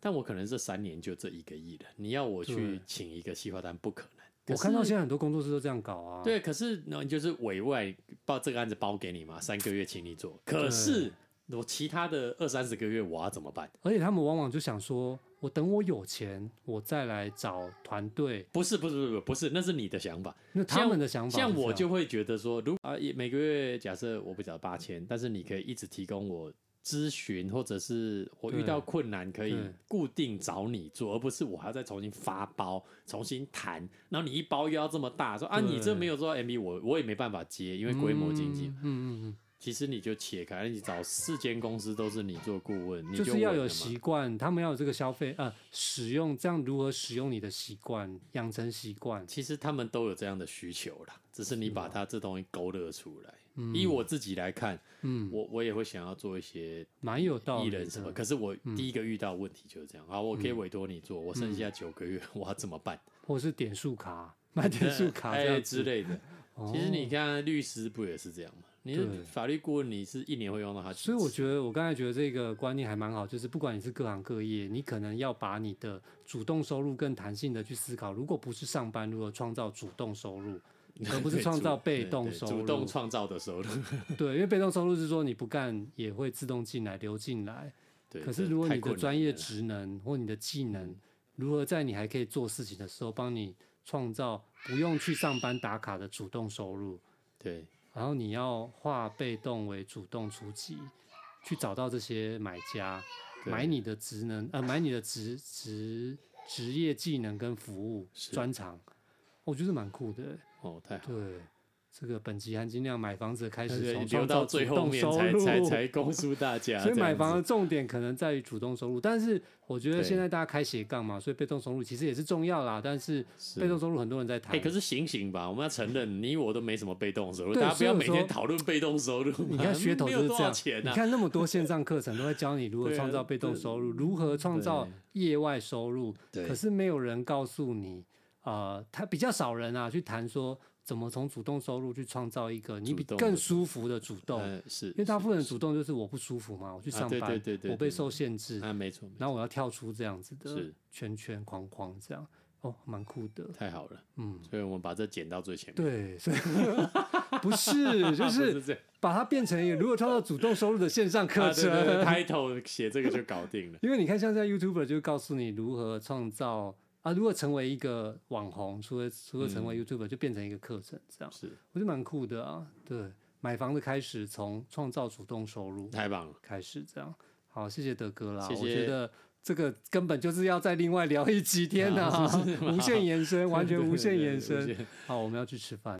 Speaker 1: 但我可能这三年就这一个艺人，你要我
Speaker 2: 对
Speaker 1: 去请一个企划单不可能。
Speaker 2: 我
Speaker 1: 可
Speaker 2: 看到
Speaker 1: 是
Speaker 2: 现在很多工作室都这样搞啊。
Speaker 1: 对，可是那你就是委外包这个案子包给你嘛，三个月请你做，可是我其他的二三十个月我要怎么办？
Speaker 2: 而且他们往往就想说，我等我有钱，我再来找团队。
Speaker 1: 不是不是不是不是，那是你的想法。
Speaker 2: 那他
Speaker 1: 像
Speaker 2: 们的想法是
Speaker 1: 像
Speaker 2: 这
Speaker 1: 我
Speaker 2: 样
Speaker 1: 就会觉得说，如啊也每个月假设我不找八千，但是你可以一直提供我咨询，或者是我遇
Speaker 2: 对
Speaker 1: 到困难可以
Speaker 2: 对
Speaker 1: 固定找你做，而不是我还要再重新发包、重新谈，然后你一包又要这么大，说啊你这
Speaker 2: 对
Speaker 1: 没有做到 MV，我我也没办法接，因为规模经济。
Speaker 2: 嗯嗯嗯，
Speaker 1: 其实你就切开，你找四间公司都是你做顾问，你
Speaker 2: 就是要
Speaker 1: 稳
Speaker 2: 有
Speaker 1: 了
Speaker 2: 习
Speaker 1: 嘛。
Speaker 2: 惯，他们要有这个消费呃使用，这样如何使用你的习惯，养成习惯。
Speaker 1: 其实他们都有这样的需求啦，只是你
Speaker 2: 啊
Speaker 1: 把它这东西勾勒出来。以我自己来看，
Speaker 2: 嗯，
Speaker 1: 我我也会想要做一些
Speaker 2: 蛮有道
Speaker 1: 艺
Speaker 2: 理嗯
Speaker 1: 人什么，
Speaker 2: 的。
Speaker 1: 可是我第一个遇到的问题就是这样啊，我可以委托你做，我
Speaker 2: 嗯
Speaker 1: 剩下九个月我要怎么 办？
Speaker 2: 或是点数卡，买点数卡 这
Speaker 1: 哎
Speaker 2: 样
Speaker 1: 之
Speaker 2: 子。
Speaker 1: 类的。
Speaker 2: 哦
Speaker 1: 其实你看律师不也是这样吗？你
Speaker 2: 对
Speaker 1: 是法律顾问，你啊是一年会用到它几次，
Speaker 2: 所以我觉得我刚才觉得这个观念还蛮好，就是不管你是各行各业，你可能要把你的主动收入更弹性的去思考，如果不是上班，如何创造主动收 入？而不是
Speaker 1: 对
Speaker 2: 创
Speaker 1: 主
Speaker 2: 造被
Speaker 1: 对
Speaker 2: 动
Speaker 1: 对
Speaker 2: 收
Speaker 1: 主
Speaker 2: 入
Speaker 1: 动创造的收入。
Speaker 2: 对，因为被动收入是说你不干也会自动进来流进来，
Speaker 1: 对，
Speaker 2: 可
Speaker 1: 这
Speaker 2: 是如果
Speaker 1: 太
Speaker 2: 你的
Speaker 1: 困
Speaker 2: 专
Speaker 1: 难
Speaker 2: 业
Speaker 1: 了嗯
Speaker 2: 职能或你的技能，如何在你还可以做事情的时候，帮你创造不用去上班打卡的主动收入，
Speaker 1: 对
Speaker 2: 然后你要化被动为主动出击，去找到这些买家，
Speaker 1: 对
Speaker 2: 买你的职能，呃，买你的职职职业技能跟服务
Speaker 1: 是
Speaker 2: 专长，我觉得蛮酷的。
Speaker 1: 哦，太好了。
Speaker 2: 对，这个本集含金量买房子的开
Speaker 1: 但
Speaker 2: 始
Speaker 1: 是
Speaker 2: 从
Speaker 1: 留
Speaker 2: 创造
Speaker 1: 到
Speaker 2: 主
Speaker 1: 最后
Speaker 2: 动
Speaker 1: 面
Speaker 2: 收
Speaker 1: 才
Speaker 2: 入，
Speaker 1: 才才告诉大家，
Speaker 2: 所以
Speaker 1: 这
Speaker 2: 买
Speaker 1: 样
Speaker 2: 房的
Speaker 1: 子
Speaker 2: 重点可能在于主动收入，但是我觉得
Speaker 1: 对
Speaker 2: 现在大家开斜杠嘛，所以被动收入其实也是重要啦。但是
Speaker 1: 是
Speaker 2: 被动收入很多人在
Speaker 1: 哎、
Speaker 2: 谈，
Speaker 1: 可是醒醒吧，我们要承认，你我都没什么被动收入，
Speaker 2: 对
Speaker 1: 大家不
Speaker 2: 所以
Speaker 1: 要
Speaker 2: 我
Speaker 1: 每天
Speaker 2: 说
Speaker 1: 讨论被动收入嘛。
Speaker 2: 你看噱头
Speaker 1: 哎没有
Speaker 2: 就是
Speaker 1: 多
Speaker 2: 这
Speaker 1: 少
Speaker 2: 样，
Speaker 1: 钱啊
Speaker 2: 你
Speaker 1: 呐、
Speaker 2: 看那么多线上课程都会教你如何
Speaker 1: 对啊
Speaker 2: 创造被动
Speaker 1: 对
Speaker 2: 收入，如何创造业外收入，
Speaker 1: 对
Speaker 2: 可是没有人告诉你，呃，他比较少人啊去谈说怎么从主动收入去创造一个你
Speaker 1: 主
Speaker 2: 比
Speaker 1: 动
Speaker 2: 更
Speaker 1: 的
Speaker 2: 舒服的主动，
Speaker 1: 呃，是，
Speaker 2: 因为大
Speaker 1: 是
Speaker 2: 部分人主动就是我不舒服嘛，我去
Speaker 1: 啊
Speaker 2: 上
Speaker 1: 对
Speaker 2: 班，
Speaker 1: 对对对
Speaker 2: 我被
Speaker 1: 对
Speaker 2: 受限制，
Speaker 1: 啊，没错，没
Speaker 2: 然后我要跳出这样子的
Speaker 1: 是
Speaker 2: 圈圈框框，这样哦，蛮酷的
Speaker 1: 错。太好了，
Speaker 2: 嗯，
Speaker 1: 所以我们把这剪到最前面。
Speaker 2: 对，所以 不是，就
Speaker 1: 啊不
Speaker 2: 是
Speaker 1: 是这样
Speaker 2: 把它变成一个如何创造主动收入的线上课
Speaker 1: 啊对
Speaker 2: 程。
Speaker 1: 对对 title 写这个就搞定了。
Speaker 2: 因为你看，像现在 YouTuber 就告诉你如何创造啊，如何成为一个网红，除了除了成为 YouTuber，、就变成一个课程这样，
Speaker 1: 嗯是，
Speaker 2: 我觉得蛮酷的啊。对，买房的开始从创造主动收入，
Speaker 1: 太棒了。
Speaker 2: 开始这样。好，谢谢德哥啦，
Speaker 1: 谢
Speaker 2: 我觉
Speaker 1: 谢
Speaker 2: 得这个根本就是要再另啊
Speaker 1: 啊
Speaker 2: 外聊一集，天哪，无限延伸，完全无限延伸。好，我们要去吃饭。